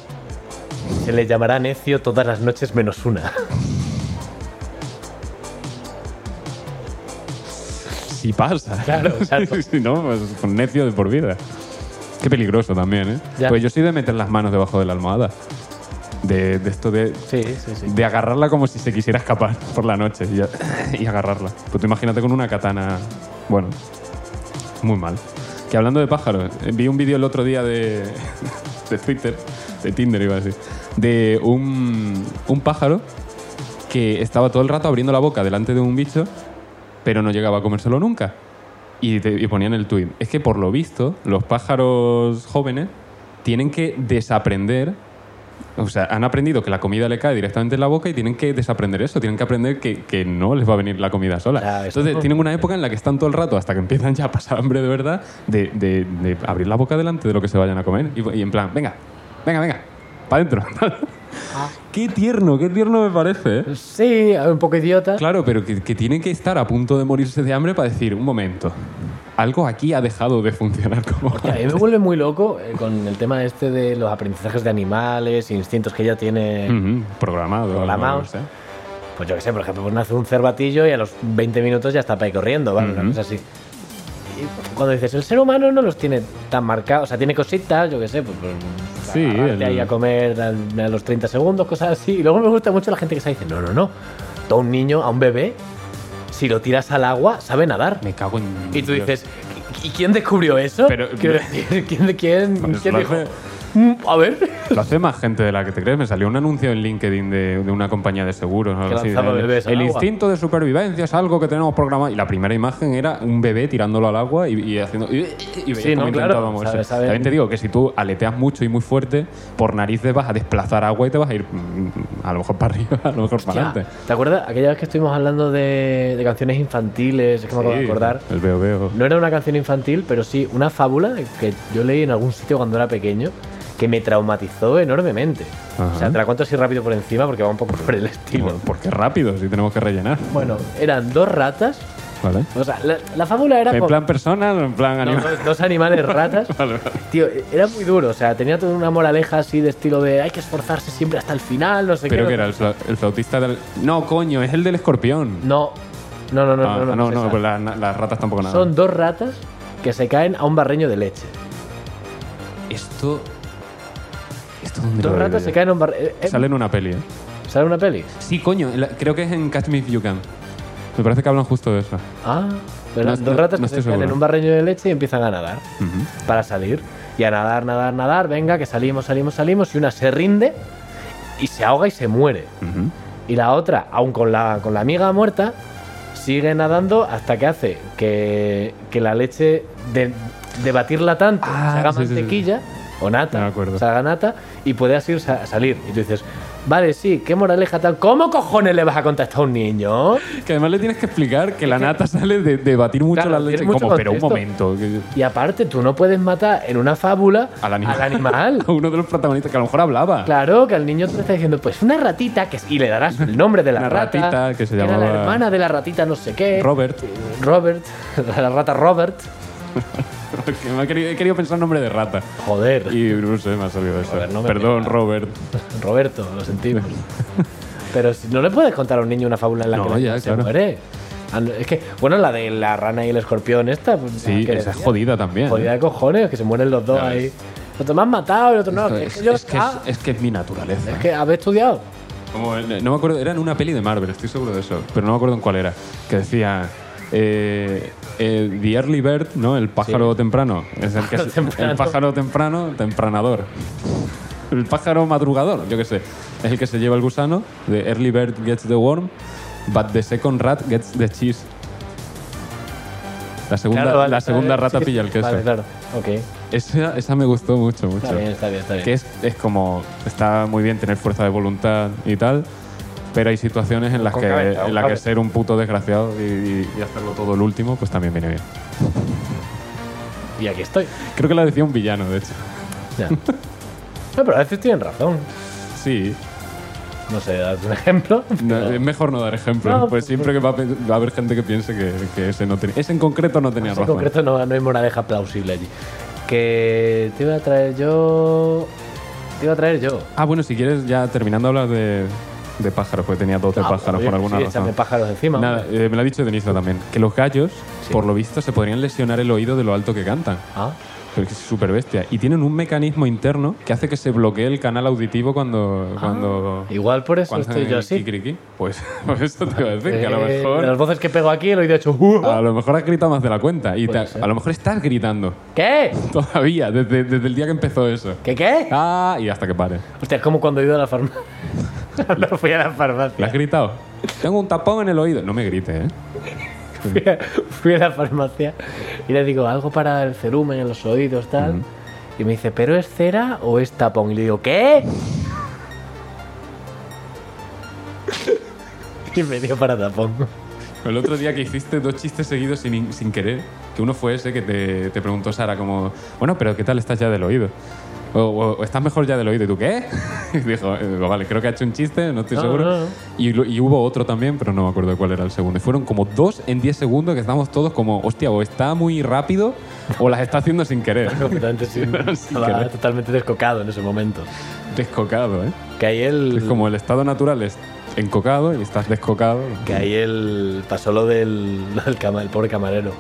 se le llamará necio todas las noches menos una.
Si pasa.
Claro, claro.
si no, pues con necio de por vida. Qué peligroso también, ¿eh?
Ya.
Pues yo soy de meter las manos debajo de la almohada. De, de esto de,
Sí, sí, sí.
de agarrarla como si se quisiera escapar por la noche y, y agarrarla. Pues tú imagínate con una katana. Bueno, muy mal. Que hablando de pájaros, eh, vi un vídeo el otro día de, de Twitter, de Tinder iba a decir, de un, un pájaro que estaba todo el rato abriendo la boca delante de un bicho, pero no llegaba a comérselo nunca. Y, te- y ponían el tweet. Es que por lo visto, los pájaros jóvenes tienen que desaprender o sea, han aprendido que la comida le cae directamente en la boca y tienen que desaprender eso, tienen que aprender que, que no les va a venir la comida sola.
Claro, esto-
Entonces, tienen una época en la que están todo el rato, hasta que empiezan ya a pasar hambre de verdad, de, de- de abrir la boca delante de lo que se vayan a comer. Y, y en plan, venga, venga, venga, para adentro. qué tierno, qué tierno me parece. ¿eh?
Sí, un poco idiota.
Claro, pero que, que tienen que estar a punto de morirse de hambre para decir, un momento, algo aquí ha dejado de funcionar como...
Que A mí me vuelve muy loco eh, con el tema este de los aprendizajes de animales, instintos que ya tiene.
Ujú, programado.
eh, Programado.
o sea.
Pues yo qué sé, por ejemplo, pues nace un cervatillo y a los 20 minutos ya está para ahí corriendo, ¿vale? Una
Ujú.
cosa así. Y cuando dices, el ser humano no los tiene tan marcados, o sea, tiene cositas, yo qué sé, pues. pues,
Sí,
agarrarte
el-
ahí a comer al- a, los 30 segundos, cosas así. Y luego me gusta mucho la gente que se dice, no, no, no. Tú a un niño, a un bebé, si lo tiras al agua, sabe nadar.
Me cago en...
Y tú
Dios.
dices, ¿y y quién descubrió eso?
Pero-
Quiero decir, ¿quién, quién,
Pues
quién
lo
dijo?
hace-
"Mm, A ver.
Lo hace más gente de la que te crees. Me salió un anuncio en LinkedIn de, de una compañía de seguros. o algo así.
lanzaba bebés al
el
agua.
instinto de supervivencia es algo que tenemos programado. Y la primera imagen era un bebé tirándolo al agua y, y haciendo. Y, y veías
Sí,
cómo
no,
intentaba
claro.
moverse.
Sabe- sabe-
También te digo que si tú aleteas mucho y muy fuerte, por narices vas a desplazar agua y te vas a ir mm, a lo mejor para arriba, a lo mejor para
Ya,
adelante.
¿Te acuerdas? Aquella vez que estuvimos hablando de, de canciones infantiles, es que me acabo de
Sí,
acordar.
El veo, veo.
No era una canción infantil, pero sí una fábula que yo leí en algún sitio cuando era pequeño que me traumatizó enormemente.
Ajá.
O sea, te la cuento así rápido por encima porque va un poco por el estilo.
Porque rápido, si tenemos que rellenar.
Bueno, eran dos ratas.
¿Vale?
O sea, la, la fábula era
¿En
como-
plan persona o en plan
no,
animal?
dos- dos animales ratas
Vale, vale.
Tío, era muy duro, o sea, tenía toda una moraleja así de estilo de hay que esforzarse siempre hasta el final, no sé
Pero
qué.
que era el, fla- el flautista del. No, coño, es el del escorpión.
No, no, no, no,
Ah,
no. no,
no,
es
no,
esa.
pues la- na- las ratas tampoco nada.
Son dos ratas que se caen a un barreño de leche.
Esto. Esto dónde
Dos
lo he
ratas
oído
se
yo?
caen a un barreño.
Sale en una peli. ¿eh?
¿Sale una peli?
Sí, coño, en la- creo que es en Catch Me If You Can. Me parece que hablan justo de eso.
Ah, pero
No,
las
no,
dos ratas
no
que se
estoy
caen en
seguro.
un barreño de leche y empiezan a nadar
Ujú.
para salir. Y a nadar, nadar, nadar, venga, que salimos, salimos, salimos. Y una se rinde y se ahoga y se muere.
Ujú.
Y la otra, aun con la, con la amiga muerta, sigue nadando hasta que hace que, que la leche de, de batirla tanto
Ah,
se haga
sí, sí, sí.
mantequilla o nata,
Me acuerdo.
se haga nata y puede así sa- salir. Y tú dices, vale, sí, qué moraleja tan... ¿Cómo cojones le vas a contestar a un niño?
Que además le tienes que explicar que la nata sale de, de batir mucho
Claro,
la leche.
tiene mucho
como, pero un
contexto.
momento. que-
Y aparte, tú no puedes matar en una fábula
Al animal.
animal.
a uno de los protagonistas que a lo mejor hablaba.
Claro, que al niño te está diciendo, pues una ratita, que, y le darás el nombre de la
Una
rata,
ratita que se
era
llamaba-
la hermana de la ratita no sé qué. Eh,
Robert.
Robert, la rata Robert.
que me ha querido- he querido pensar nombre de rata.
Joder,
Y no sé, me ha salido eso.
Robert, no me
Perdón,
pega.
Robert.
Roberto, lo sentimos. Pero si no le puedes contar a un niño una fábula en la
No,
que la
ya,
gente se
claro.
muere. Ah, no, Es que, bueno, la de la rana y el escorpión esta. pues,
Sí,
que
esa es
decía,
jodida también. ¿eh?
Jodida de cojones, que se mueren los dos
Ya
ahí. Otro me han matado, el otro no.
Esto
Es,
es,
que yo,
es que es,
ah,
es que es mi naturaleza.
es que habéis estudiado.
Como en- no me acuerdo, era en una peli de Marvel, estoy seguro de eso, pero no me acuerdo en cuál era. Que decía. eh, eh, the Early Bird, ¿no? El pájaro temprano. Es el, que es-
temprano.
el pájaro temprano, tempranador. El pájaro madrugador, yo qué sé. Es el que se lleva el gusano. The Early Bird gets the worm, but the second rat gets the cheese. La segunda,
Claro, vale,
la
vale,
segunda
sí.
rata pilla el queso.
Vale, claro. Ok.
Esa, esa me gustó mucho, mucho.
Está bien, está bien, está bien.
Que es, es como, está muy bien tener fuerza de voluntad y tal, pero hay situaciones en las
Con
que,
cabeza,
en las que
cabeza.
ser un puto desgraciado y, y- y hacerlo todo el último, pues también viene bien.
Y aquí estoy.
Creo que la decía un villano, de hecho.
Ya. no, pero a veces tienen razón.
Sí,
No sé, das un ejemplo.
no, es mejor no dar ejemplos,
No,
pues siempre que va a, pe- va a haber gente que piense que, que ese no tenía, ese en concreto no tenía
en
razón.
concreto no, no hay moraleja plausible allí. Que te iba a traer yo. Te iba a traer yo.
Ah, bueno, si quieres ya terminando hablar de, de pájaros, porque tenía 12
Ah,
pájaros
oye,
por
que
alguna
sí,
razón.
échame pájaros encima.
Nada,
hombre.
eh, me lo ha dicho Denisa también, que los gallos, por lo visto, se podrían lesionar el oído de lo alto que cantan.
Ah,
Pero es súper bestia. Y tienen un mecanismo interno que hace que se bloquee el canal auditivo cuando... cuando
igual por Ah. eso
cuando
estoy
hacen
yo
el
así.
kikiriki. Pues, pues esto te iba a decir, que a lo
Eh, Las
mejor... Ah.
voces que pego aquí, el oído ha hecho. "Uh".
A lo mejor has gritado más de la cuenta y te-
Puede ser.
a lo mejor estás gritando
¿Qué?
todavía desde, desde el día que empezó eso.
¿Qué qué?
Ah, y hasta que pare.
Hostia, es como cuando he ido a la farmacia. Cuando fui a la
¿Le has
farmacia.
gritado? Tengo un tapón en el oído. No me grites, ¿eh?
Fui a, fui a la farmacia y le digo algo para el cerumen en los oídos, tal. Y me dice, ¿pero es cera o es tapón? Y le digo, ¿qué? y me dio para tapón.
El otro día que hiciste dos chistes seguidos sin, sin querer, que uno fue ese que te, te preguntó Sara como, bueno, pero ¿qué tal estás ya del oído? O, o, "¿O estás mejor ya del oído. ¿Y tú qué? Y dijo, eh, digo, vale, creo que ha hecho un chiste, Ah, no estoy
No,
seguro.
no, no.
Y, lo- y hubo otro también, pero no me acuerdo cuál era el segundo. Y fueron como dos en diez segundos que estábamos todos como, hostia, o está muy rápido o las está haciendo sin querer.
Completamente sin- estaba
querer.
totalmente descocado en ese momento.
Descocado, ¿eh?
Que ahí el.
Es como el estado natural es encocado y estás descocado.
Que ahí el. Pasó lo del. lo del cama- el pobre camarero.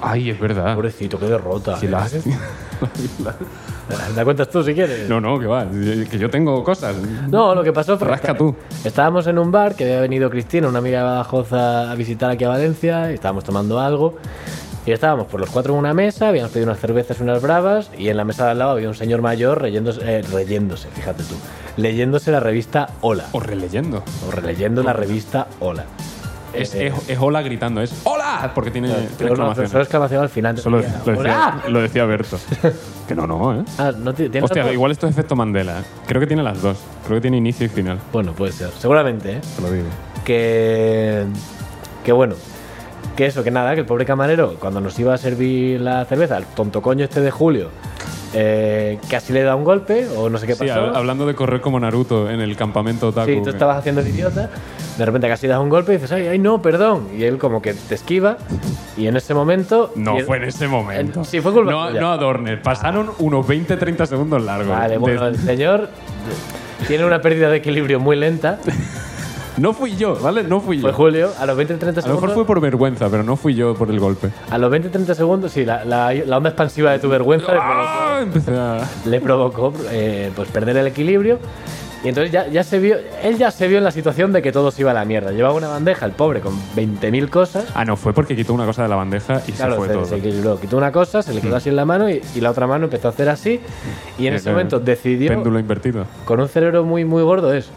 Ay, es verdad.
Pobrecito, qué derrota.
Si la-
¿La cuentas tú si quieres?
No, no, que va, que yo tengo cosas.
No, lo que pasó fue. que
Rasca tú.
Estábamos en un bar que había venido Cristina, una amiga de Badajoz, a a visitar aquí a Valencia, y estábamos tomando algo. Y estábamos por los cuatro en una mesa, habíamos pedido unas cervezas y unas bravas, y en la mesa de al lado había un señor mayor reyéndose, eh, reyéndose, fíjate tú, leyéndose la revista Hola,
O releyendo.
o releyendo la revista Hola.
Es,
Eh,
es- es hola gritando, es hola, porque tiene, tiene
pero no, pero
exclamación.
solo exclamación al final.
Eso lo,
Decía,
lo decía,
"Hola".
lo decía Berto. que no, no, ¿eh? pues.
Ah, no ti- tiene
Hostia,
otro?
igual esto es efecto Mandela. ¿eh? Creo que tiene las dos. Creo que tiene inicio y final.
Bueno, puede ser, seguramente, ¿eh?
Te lo digo.
que que bueno que eso que nada que el pobre camarero cuando nos iba a servir la cerveza el tonto coño este de Julio eh, casi le da un golpe o no sé qué pasó
Sí, hab- hablando de correr como Naruto en el campamento Otaku.
Sí, tú
que-
estabas haciendo el idiota, de repente casi das un golpe y dices, ay, ay, no, perdón. Y él como que te esquiva y en ese momento...
No
y-
fue en ese momento.
Eh, sí, fue culpa
No,
tuya.
no adornes. Pasaron unos 20-30 segundos largos.
Vale, bueno,
De-
el señor tiene una pérdida de equilibrio muy lenta.
No fui yo, ¿vale? No fui
Fue
yo.
Julio, a los 20-30 segundos...
A lo mejor fue por vergüenza, pero no fui yo por el golpe.
A los 20-30 segundos, sí, la, la- la onda expansiva de tu vergüenza... le provocó-
¡Ah! Empecé a...
le provocó eh, pues perder el equilibrio. Y entonces ya, ya se vio, él ya se vio en la situación de que todo se iba a la mierda. Llevaba una bandeja, el pobre, con 20.000 cosas.
Ah, no, fue porque quitó una cosa de la bandeja y se
Claro,
fue
se,
todo. Mm.
se equilibró. Quitó una cosa, se le quedó así en la mano y, y la otra mano empezó a hacer así. Y en
Eh,
ese
eh,
momento decidió,
Péndulo invertido.
con un cerebro muy, muy gordo, es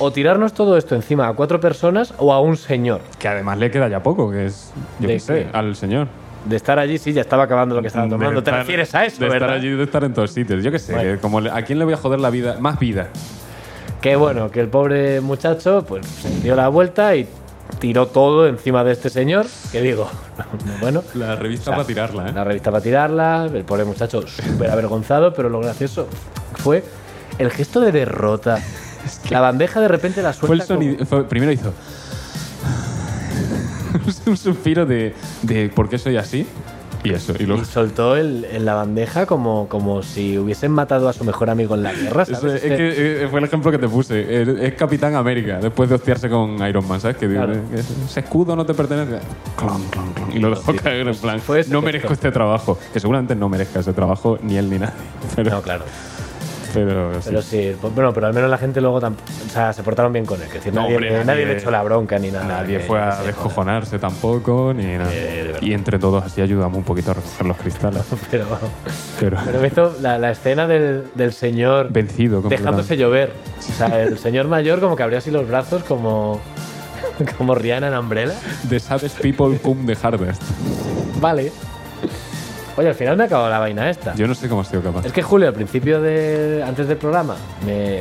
o tirarnos todo esto encima a cuatro personas o a un señor.
Que además le queda ya poco, que es, yo
¿De
qué sé,
qué?
al señor.
De estar allí, sí, ya estaba acabando lo que estaba
De
tomando. ¿Te
estar-
refieres a eso,
de
verdad?
Estar allí, de estar en todos sitios. Yo qué sé,
Bueno.
que como le- ¿a quién le voy a joder la vida? Más vida.
Que bueno, que el pobre muchacho pues se dio la vuelta y tiró todo encima de este señor, que digo, bueno,
La revista
O sea,
para tirarla, ¿eh?
la revista para tirarla, el pobre muchacho súper avergonzado, pero lo gracioso fue el gesto de derrota. La bandeja de repente la
Fue el
suelta como-
sonido. fue- primero hizo. un suspiro de, de ¿por qué soy así? Y eso. Y luego.
y soltó el, en la bandeja como, como si hubiesen matado a su mejor amigo en la guerra, ¿sabes?
Eso
Este,
es
Ese-
que, eh, fue el ejemplo que te puse. El- Es Capitán América, después de hostiarse con Iron Man, ¿sabes? Que dice,
Claro.
"Eh, ese escudo no te pertenece. Clon, clon, clon. Y lo dejó caer en plan,
fue ese
no
gesto.
merezco este trabajo. Que seguramente no merezca ese trabajo ni él ni nadie. Pero,
No, claro.
pero sí.
Pero sí, pues, bueno, pero al menos la gente luego tam- o sea, se portaron bien con él. Que es decir,
No,
nadie,
hombre,
nadie
nadie-
le echó la bronca ni nada.
Nadie
que-
fue
que
a
se joda.
descojonarse tampoco, ni nada.
Eh, de verdad.
y entre todos así ayudamos un poquito a recoger los cristales.
Pero,
Pero,
pero me hizo la, la escena del, del señor
vencido.
dejándose llover. O sea, el señor mayor como que abrió así los brazos como, como Rihanna en Umbrella.
The saddest people come the hardest.
Vale. Oye, al final me ha acabado la vaina esta.
Yo no sé cómo has sido capaz.
Es que Julio, al principio de. antes del programa, me. me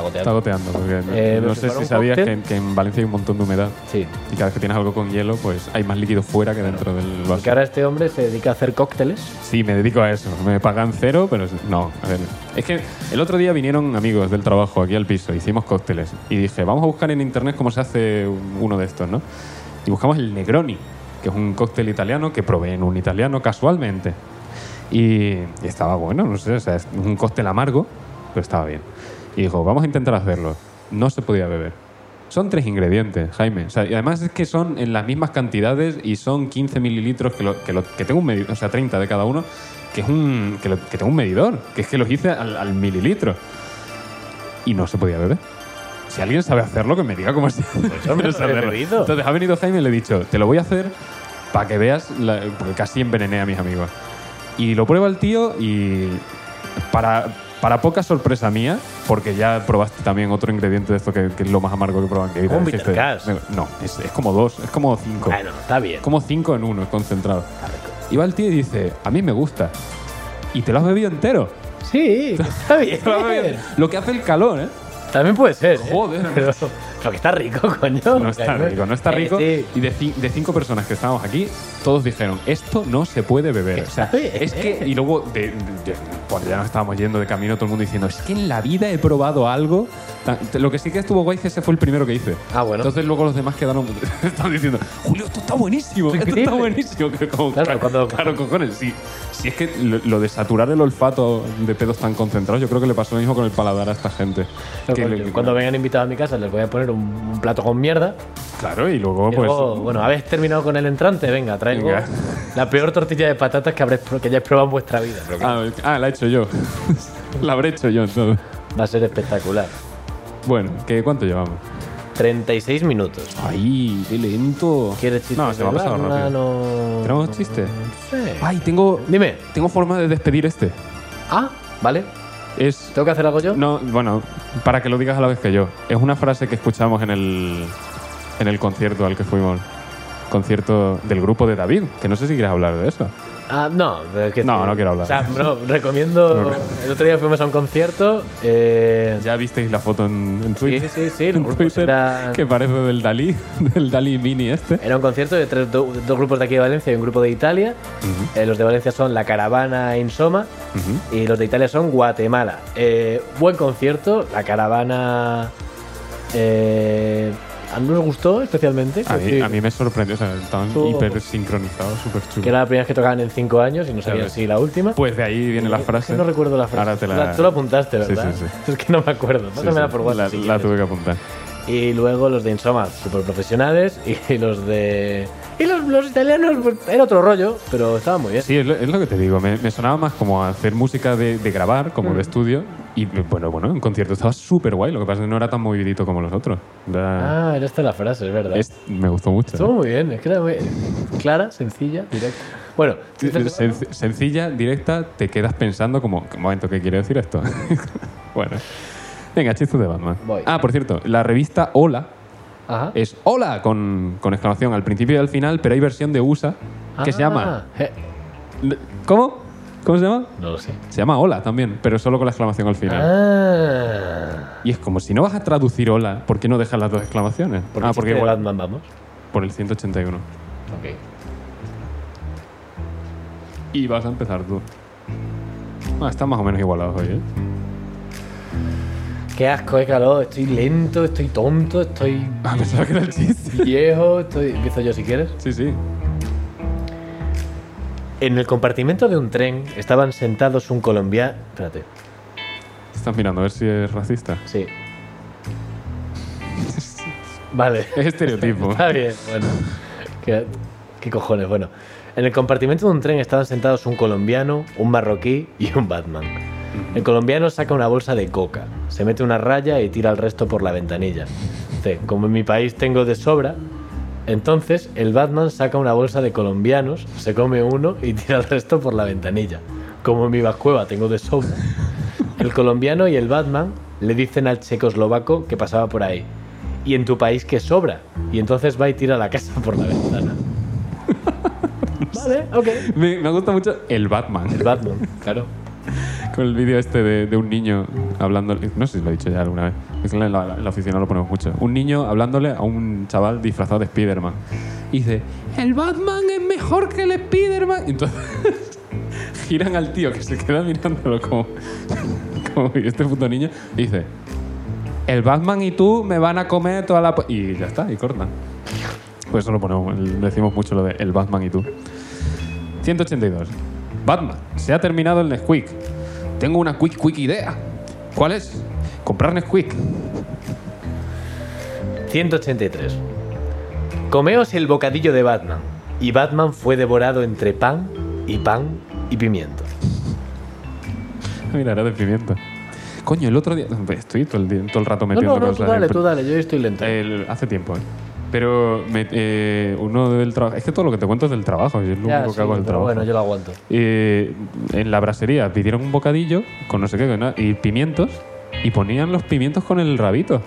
Está
goteando.
goteando. Porque no-
Eh,
no
¿me
sé
preparo
si
un
sabías que,
cóctel?
en- que en Valencia hay un montón de humedad.
Sí.
Y cada vez que tienes algo con hielo, pues hay más líquido fuera que dentro del vaso.
Porque ahora este hombre se dedica a hacer cócteles.
Sí, me dedico a eso. Me pagan cero, pero es- no. A ver. Es que el otro día vinieron amigos del trabajo aquí al piso, hicimos cócteles. Y dije, vamos a buscar en internet cómo se hace un- uno de estos, ¿no? Y buscamos el Negroni, que es un cóctel italiano que provee en un italiano casualmente. Y, y estaba bueno, no sé, o sea, es un cóctel amargo, pero estaba bien. Y dijo, vamos a intentar hacerlo. No se podía beber. Son tres ingredientes, Jaime. O sea, y además es que son en las mismas cantidades y son 15 mililitros que, lo- que, lo- que tengo un medidor, o sea, 30 de cada uno, que es un que, lo- que tengo un medidor, que es que los hice al, al mililitro. Y no se podía beber. Si alguien sabe hacerlo, que me diga cómo se
hombre,
cómo se
lo he
hacerlo.
bebido.
Entonces ha venido Jaime y le he dicho, te lo voy a hacer para que veas, la- porque casi envenené a mis amigos. Y lo prueba el tío y para, para poca sorpresa mía, porque ya probaste también otro ingrediente de esto que, que es lo más amargo que proban. Que
Como un
dijiste-
Bittercast.
No, es, es como dos, es como cinco.
Bueno, está bien.
Es como cinco en uno, es concentrado. Y va el tío y dice, a mí me gusta. Y te lo has bebido entero.
Sí, está bien.
Te lo has bebido- Lo que hace el calor, ¿eh?
También puede ser. ¿eh?
Joder.
Pero, lo que está rico, coño.
No está rico, no está
Eh,
rico.
sí.
Y de, ci- de cinco personas que estábamos aquí, todos dijeron, esto no se puede beber. O sea,
Está bien. ¿eh?
es que, y luego, de- de- de- cuando ya nos estábamos yendo de camino, todo el mundo diciendo, es que en la vida he probado algo. tan- Lo que sí que estuvo guay es que ese fue el primero que hice.
Ah, bueno.
Entonces luego los demás quedaron, estaban diciendo, Julio, esto está buenísimo, esto está
Increíble.
buenísimo. Que como-
Claro,
claro,
cuando-
claro, cojones, sí. Si es que lo, lo de saturar el olfato de pedos tan concentrados, yo creo que le pasó lo mismo con el paladar a esta gente.
Pero
Que
cuando,
le-
cuando vengan invitados a mi casa les voy a poner un, un plato con mierda.
Claro, y luego,
Y
pues...
luego, bueno, habéis terminado con el entrante, venga, traigo
Venga.
la peor tortilla de patatas que, habréis, pro- que hayáis probado en vuestra vida.
Ah, ah, la he hecho yo. la habré hecho yo entonces.
Va a ser espectacular.
Bueno, ¿qué, ¿cuánto llevamos?
36 minutos.
Ay, qué lento.
¿Quieres chistes?
No, se va a
de
pasar
Batman
rápido.
o-
¿Tenemos chiste?
No sé.
Ay, tengo,
Dime.
tengo forma de despedir este.
Ah, vale.
Es.
¿Tengo que hacer algo yo?
No, bueno, para que lo digas a la vez que yo. Es una frase que escuchamos en el, en el concierto al que fuimos. Concierto del grupo de David, que no sé si quieres hablar de eso.
Ah, no, pero es que
No, no quiero hablar.
O sea, bro, recomiendo. el otro día fuimos a un concierto. Eh,
Ya visteis la foto en, en Twitter.
sí, sí, los
En
grupos
Twitter,
eran-
Que parece del Dalí, del Dalí Mini este.
Era un concierto de tres, do- dos grupos de aquí de Valencia y un grupo de Italia. Eh, los de Valencia son La Caravana e Insoma.
Ujú.
Y los de Italia son Guatemala. Eh, buen concierto. La Caravana. eh, a mí nos gustó especialmente.
A
que-
mí, a mí me sorprendió, o sea, estaban
Tú-
hiper sincronizados, súper
Que
chulos.
era la primera vez que tocaban en cinco años y no
Claro.
sabía si la última.
Pues de ahí viene la
Es que
frase.
No recuerdo la frase.
Ahora te
Tú
la.
Tú la apuntaste,
Sí,
¿verdad?
sí,
Es que no me acuerdo.
Sí,
Pásamela
sí.
por WhatsApp.
La,
si
la
quieres.
tuve que apuntar.
Y luego los de Insoma, súper profesionales. Y los de. Y los, los italianos, pues, era otro rollo, pero estaba muy bien.
Sí, es lo, es lo que te digo. Me, me sonaba más como a hacer música de, de grabar, como
Mm.
de estudio. Y bueno, bueno, un concierto estaba súper guay. Lo que pasa es que no era tan movidito como los otros. Era-
Ah, era esta la frase, es verdad.
es- me gustó mucho. ¿eh?
Estuvo muy bien, es que era muy clara, sencilla, directa. Bueno,
Sen- sencilla, directa, te quedas pensando como, un momento, ¿qué quiere decir esto? bueno. Venga, chistes de Batman.
Voy.
Ah, por cierto, la revista Hola
Ajá.
es hola con, con exclamación al principio y al final, pero hay versión de USA que se
Ah,
llama.
eh,
¿Cómo? ¿Cómo se llama?
No lo sé.
Se llama hola también, pero solo con la exclamación al final.
Ah.
Y es como si no vas a traducir hola, ¿por qué no dejas las dos exclamaciones?
Porque
ah, porque
igual.
igual
Batman, vamos.
por el 181.
Ok.
Y vas a empezar tú. Ah, están más o menos igualados hoy, ¿eh?
Qué asco, de calor. Estoy lento, estoy tonto, estoy
A pesar que era el chiste.
viejo. Estoy... Empiezo yo si quieres.
Sí, sí.
En el compartimento de un tren estaban sentados un colombiano. Espérate,
Estás mirando a ver si es racista.
sí. Vale.
Es estereotipo.
Está bien, bueno. ¿Qué, qué cojones? Bueno. En el compartimento de un tren estaban sentados un colombiano, un marroquí y un Batman. El colombiano saca una bolsa de coca, se mete una raya y tira el resto por la ventanilla. Dice, como en mi país tengo de sobra, entonces el Batman saca una bolsa de colombianos, se come uno y tira el resto por la ventanilla. Como en mi vascueva tengo de sobra. El colombiano y el Batman le dicen al checoslovaco que pasaba por ahí. Y en tu país que sobra. Y entonces va y tira la casa por la ventana. Vale, ok.
Me, me gusta mucho el Batman.
El Batman, claro.
Con el vídeo este de, de un niño hablando. No sé si lo he dicho ya alguna vez. Es que en la, en la oficina lo ponemos mucho. Un niño hablándole a un chaval disfrazado de Spider-Man. Y dice: El Batman es mejor que el Spider-Man. Y Entonces giran al tío que se queda mirándolo como. como este puto niño. Y dice: El Batman y tú me van a comer toda la. po-". Y ya está, y cortan. Pues eso lo ponemos. el- Decimos mucho lo de el Batman y tú. 182. Batman, se ha terminado el Nesquik. Tengo una quick, quick idea. ¿Cuál es? Comprar Nesquik.
183. Comeos el bocadillo de Batman. Y Batman fue devorado entre pan y pan y pimiento.
Mira, era de pimiento. Coño, el otro día. pues, Estoy todo el, día- todo el rato
No,
metiendo
no, no,
cosas
tú
en el
dale,
pr-
tú dale, yo estoy lento.
el- hace tiempo, ¿eh? Pero me- eh, uno del trabajo. Es que todo lo que te cuento es del trabajo. Yo es lo
Ya,
único
sí,
que hago del
pero
trabajo.
bueno, yo lo aguanto.
Eh, en la brasería pidieron un bocadillo con no sé qué con nada, y pimientos y ponían los pimientos con el rabito.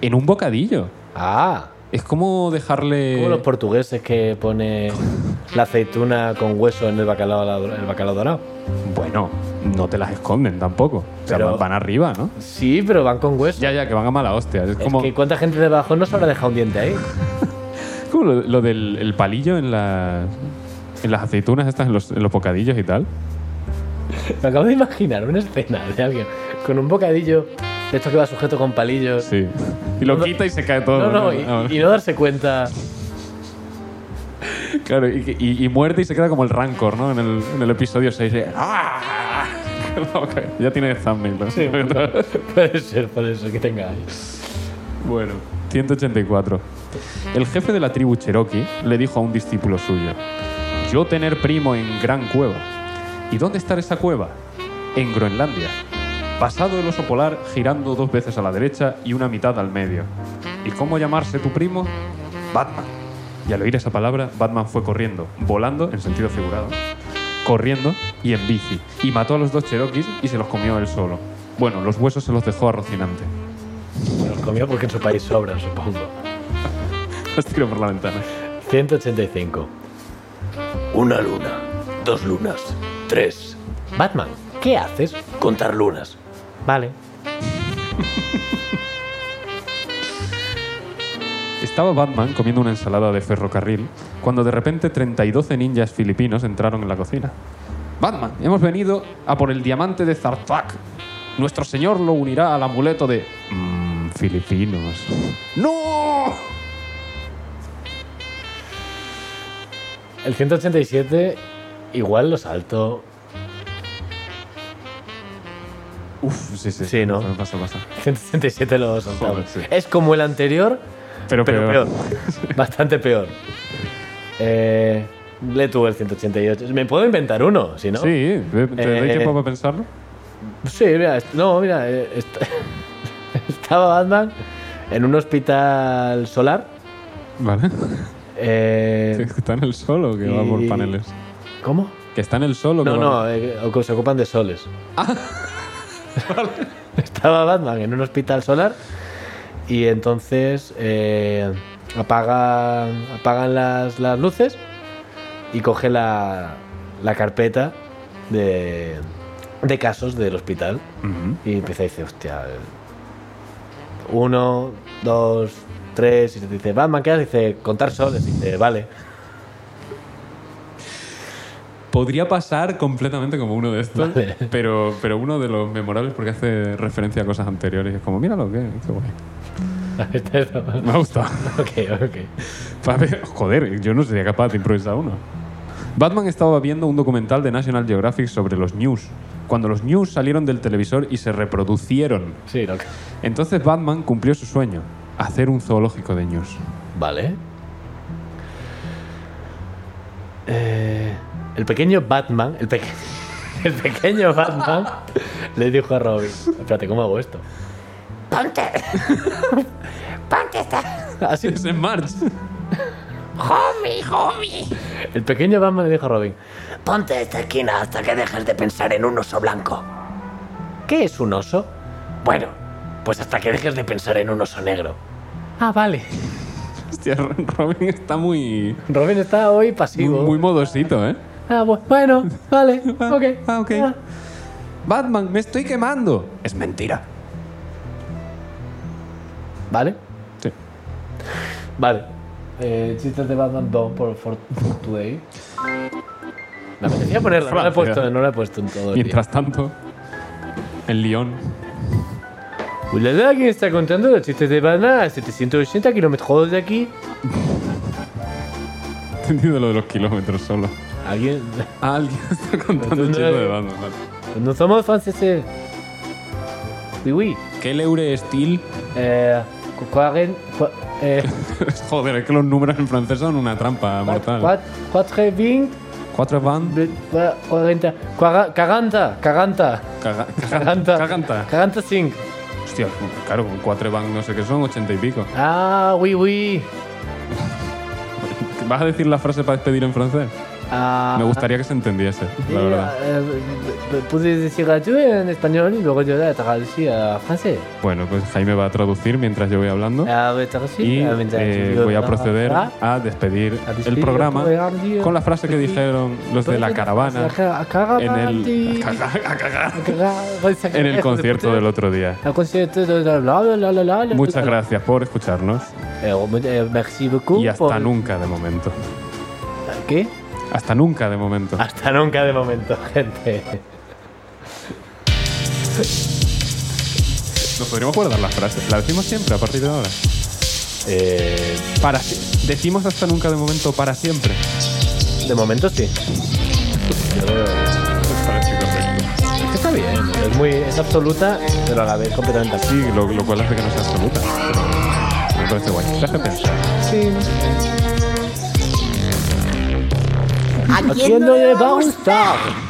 En un bocadillo.
Ah,
Es como dejarle.
como los portugueses que ponen la aceituna con hueso en el bacalao, al- el bacalao dorado.
Bueno, no te las esconden tampoco. O sea,
Pero-
van arriba, ¿no?
Sí, pero van con hueso.
Ya, ya, que van a mala hostia. Es,
Es
como,
que cuánta gente debajo no se habrá dejado un diente ahí.
como lo, lo del el palillo en las, en las aceitunas estas, en los, en los bocadillos y tal.
Me acabo de imaginar una escena de alguien con un bocadillo de esto que va sujeto con palillos.
Sí. Y lo
No,
quita y se cae todo.
No, no, y,
Ah,
y no darse cuenta.
Claro, y, y- y muerde y se queda como el rancor, ¿no? En el, en el episodio ¿eh? 6. ya tiene thumbnail. ¿no?
Puede ser, puede ser que tenga ahí.
Bueno, 184. El jefe de la tribu Cherokee le dijo a un discípulo suyo: Yo tener primo en gran cueva. ¿Y dónde estar esa cueva? En Groenlandia. Pasado el oso polar, girando dos veces a la derecha y una mitad al medio. ¿Y cómo llamarse tu primo? Batman. Y al oír esa palabra, Batman fue corriendo, volando en sentido figurado, corriendo y en bici, y mató a los dos Cherokees y se los comió él solo. Bueno, los huesos se los dejó a Rocinante.
Se los comió porque en su país sobran, supongo.
Los tiró por la ventana.
185. Una luna, dos lunas, tres. Batman, ¿qué haces? Contar lunas. Vale.
Estaba Batman comiendo una ensalada de ferrocarril cuando de repente 32 ninjas filipinos entraron en la cocina. Batman, hemos venido a por el diamante de Zartak. Nuestro señor lo unirá al amuleto de... Mm, filipinos. ¡No!
El 187 igual lo salto.
Uf, sí, sí.
Sí, ¿no?
Pasa, pasa.
187 lo
Joder,
saltamos.
sí.
Es como el anterior,
Pero,
pero
peor.
peor. Bastante peor. Eh, le tuve el 188. Me puedo inventar uno, si no.
Sí, ¿eh? ¿te doy
Eh,
tiempo
eh.
para pensarlo?
Sí, mira, est- no, mira, eh, est- estaba Batman en un hospital solar.
Vale.
eh,
¿Está en el sol o que va por
y-
paneles?
¿Cómo?
¿Que está en el sol o que
No,
va-
no, Ah. eh, o que se ocupan de soles. estaba Batman en un hospital solar y entonces eh, apagan, apagan las, las luces y coge la, la carpeta de, de casos del hospital.
Ujú.
Y empieza y dice, hostia. eh, Uno, dos, tres. Y te dice, Batman, ¿qué haces? Dice, contar soles. Y dice, vale.
Podría pasar completamente como uno de estos,
Vale.
pero, pero uno de los memorables porque hace referencia a cosas anteriores. Es como, míralo, qué, qué guay.
Este
Me ha gustado.
ok, ok.
Pa- Joder, yo no sería capaz de improvisar uno. Batman estaba viendo un documental de National Geographic sobre los news, cuando los news salieron del televisor y se reproducieron.
Sí, ok.
Entonces Batman cumplió su sueño, hacer un zoológico de news.
Vale. Eh, el pequeño Batman. El, peque- el pequeño Batman le dijo a Robin: Espérate, ¿cómo hago esto?
Ponte. Ponte esta.
Así,
Es en March.
Homie, homie.
el pequeño Batman le dijo a Robin:
Ponte esta esquina hasta que dejes de pensar en un oso blanco.
¿Qué es un oso?
Bueno, pues hasta que dejes de pensar en un oso negro.
Ah, vale.
Hostia, Robin está muy.
Robin está hoy
Muy,
pasivo.
muy modosito, ¿eh?
Ah, bu- bueno, vale, ok.
Ah, ok. Batman, me estoy quemando. Es mentira.
Vale,
Sí.
vale. Eh, chistes de Batman 2 por for, for today. Me apetecía ponerla, no la he
Francia.
puesto, no la he puesto en todo. el día.
Mientras tanto, en Lyon.
Pues la verdad que está contando los chistes de Batman a 780 kilómetros de aquí.
He entendido lo de los kilómetros solo.
Alguien.
Ah, alguien está contando un chiste de Batman. vale.
No somos franceses. Oui, oui.
¿Qué leure steel?
Eh. Cucaren. cua- Eh.
Joder, es que los números en francés son una trampa mortal.
cuat- Quatre vingt.
Cuatro van.
de- cua- Cuarenta. cuara- Cuarenta. Cuarenta.
caga-
Cuarenta.
Caganta. Caganta.
Cuarenta cinc.
Hostia, claro, con cuatro van no sé qué son, ochenta y pico.
Ah, oui, oui.
¿Vas a decir la frase para despedir en francés?
Ah.
Me gustaría que se entendiese, la
eh,
verdad.
eh, eh, ¿Puedes decir adiós en español y luego yo la traducí a francés?
Bueno, pues Jaime va a traducir mientras yo voy hablando.
Ah, voy a traducir,
Y
ah, mientras
eh,
yo
voy a
la-
proceder
Ah.
a despedir
A despedir
el programa
el programa.
con la frase que dijeron los de la caravana en el, en el concierto del otro día.
El concierto Este de la la la la la la.
Muchas gracias por escucharnos
Eh, eh, merci beaucoup.
y hasta
por-
nunca de momento.
¿Qué?
Hasta nunca de momento.
Hasta nunca de momento, gente.
Nos podríamos guardar la frase. La decimos siempre a partir de ahora.
Eh,
Para si- decimos hasta nunca de momento para siempre.
de momento sí. Yo creo que
Me parece correcto.
Está bien. Es muy es absoluta, pero a la vez completamente absoluta.
Sí, lo, lo cual hace que no sea absoluta. pero Me parece guay. Te hace pensar.
¿A
¿A quién no le va a gustar?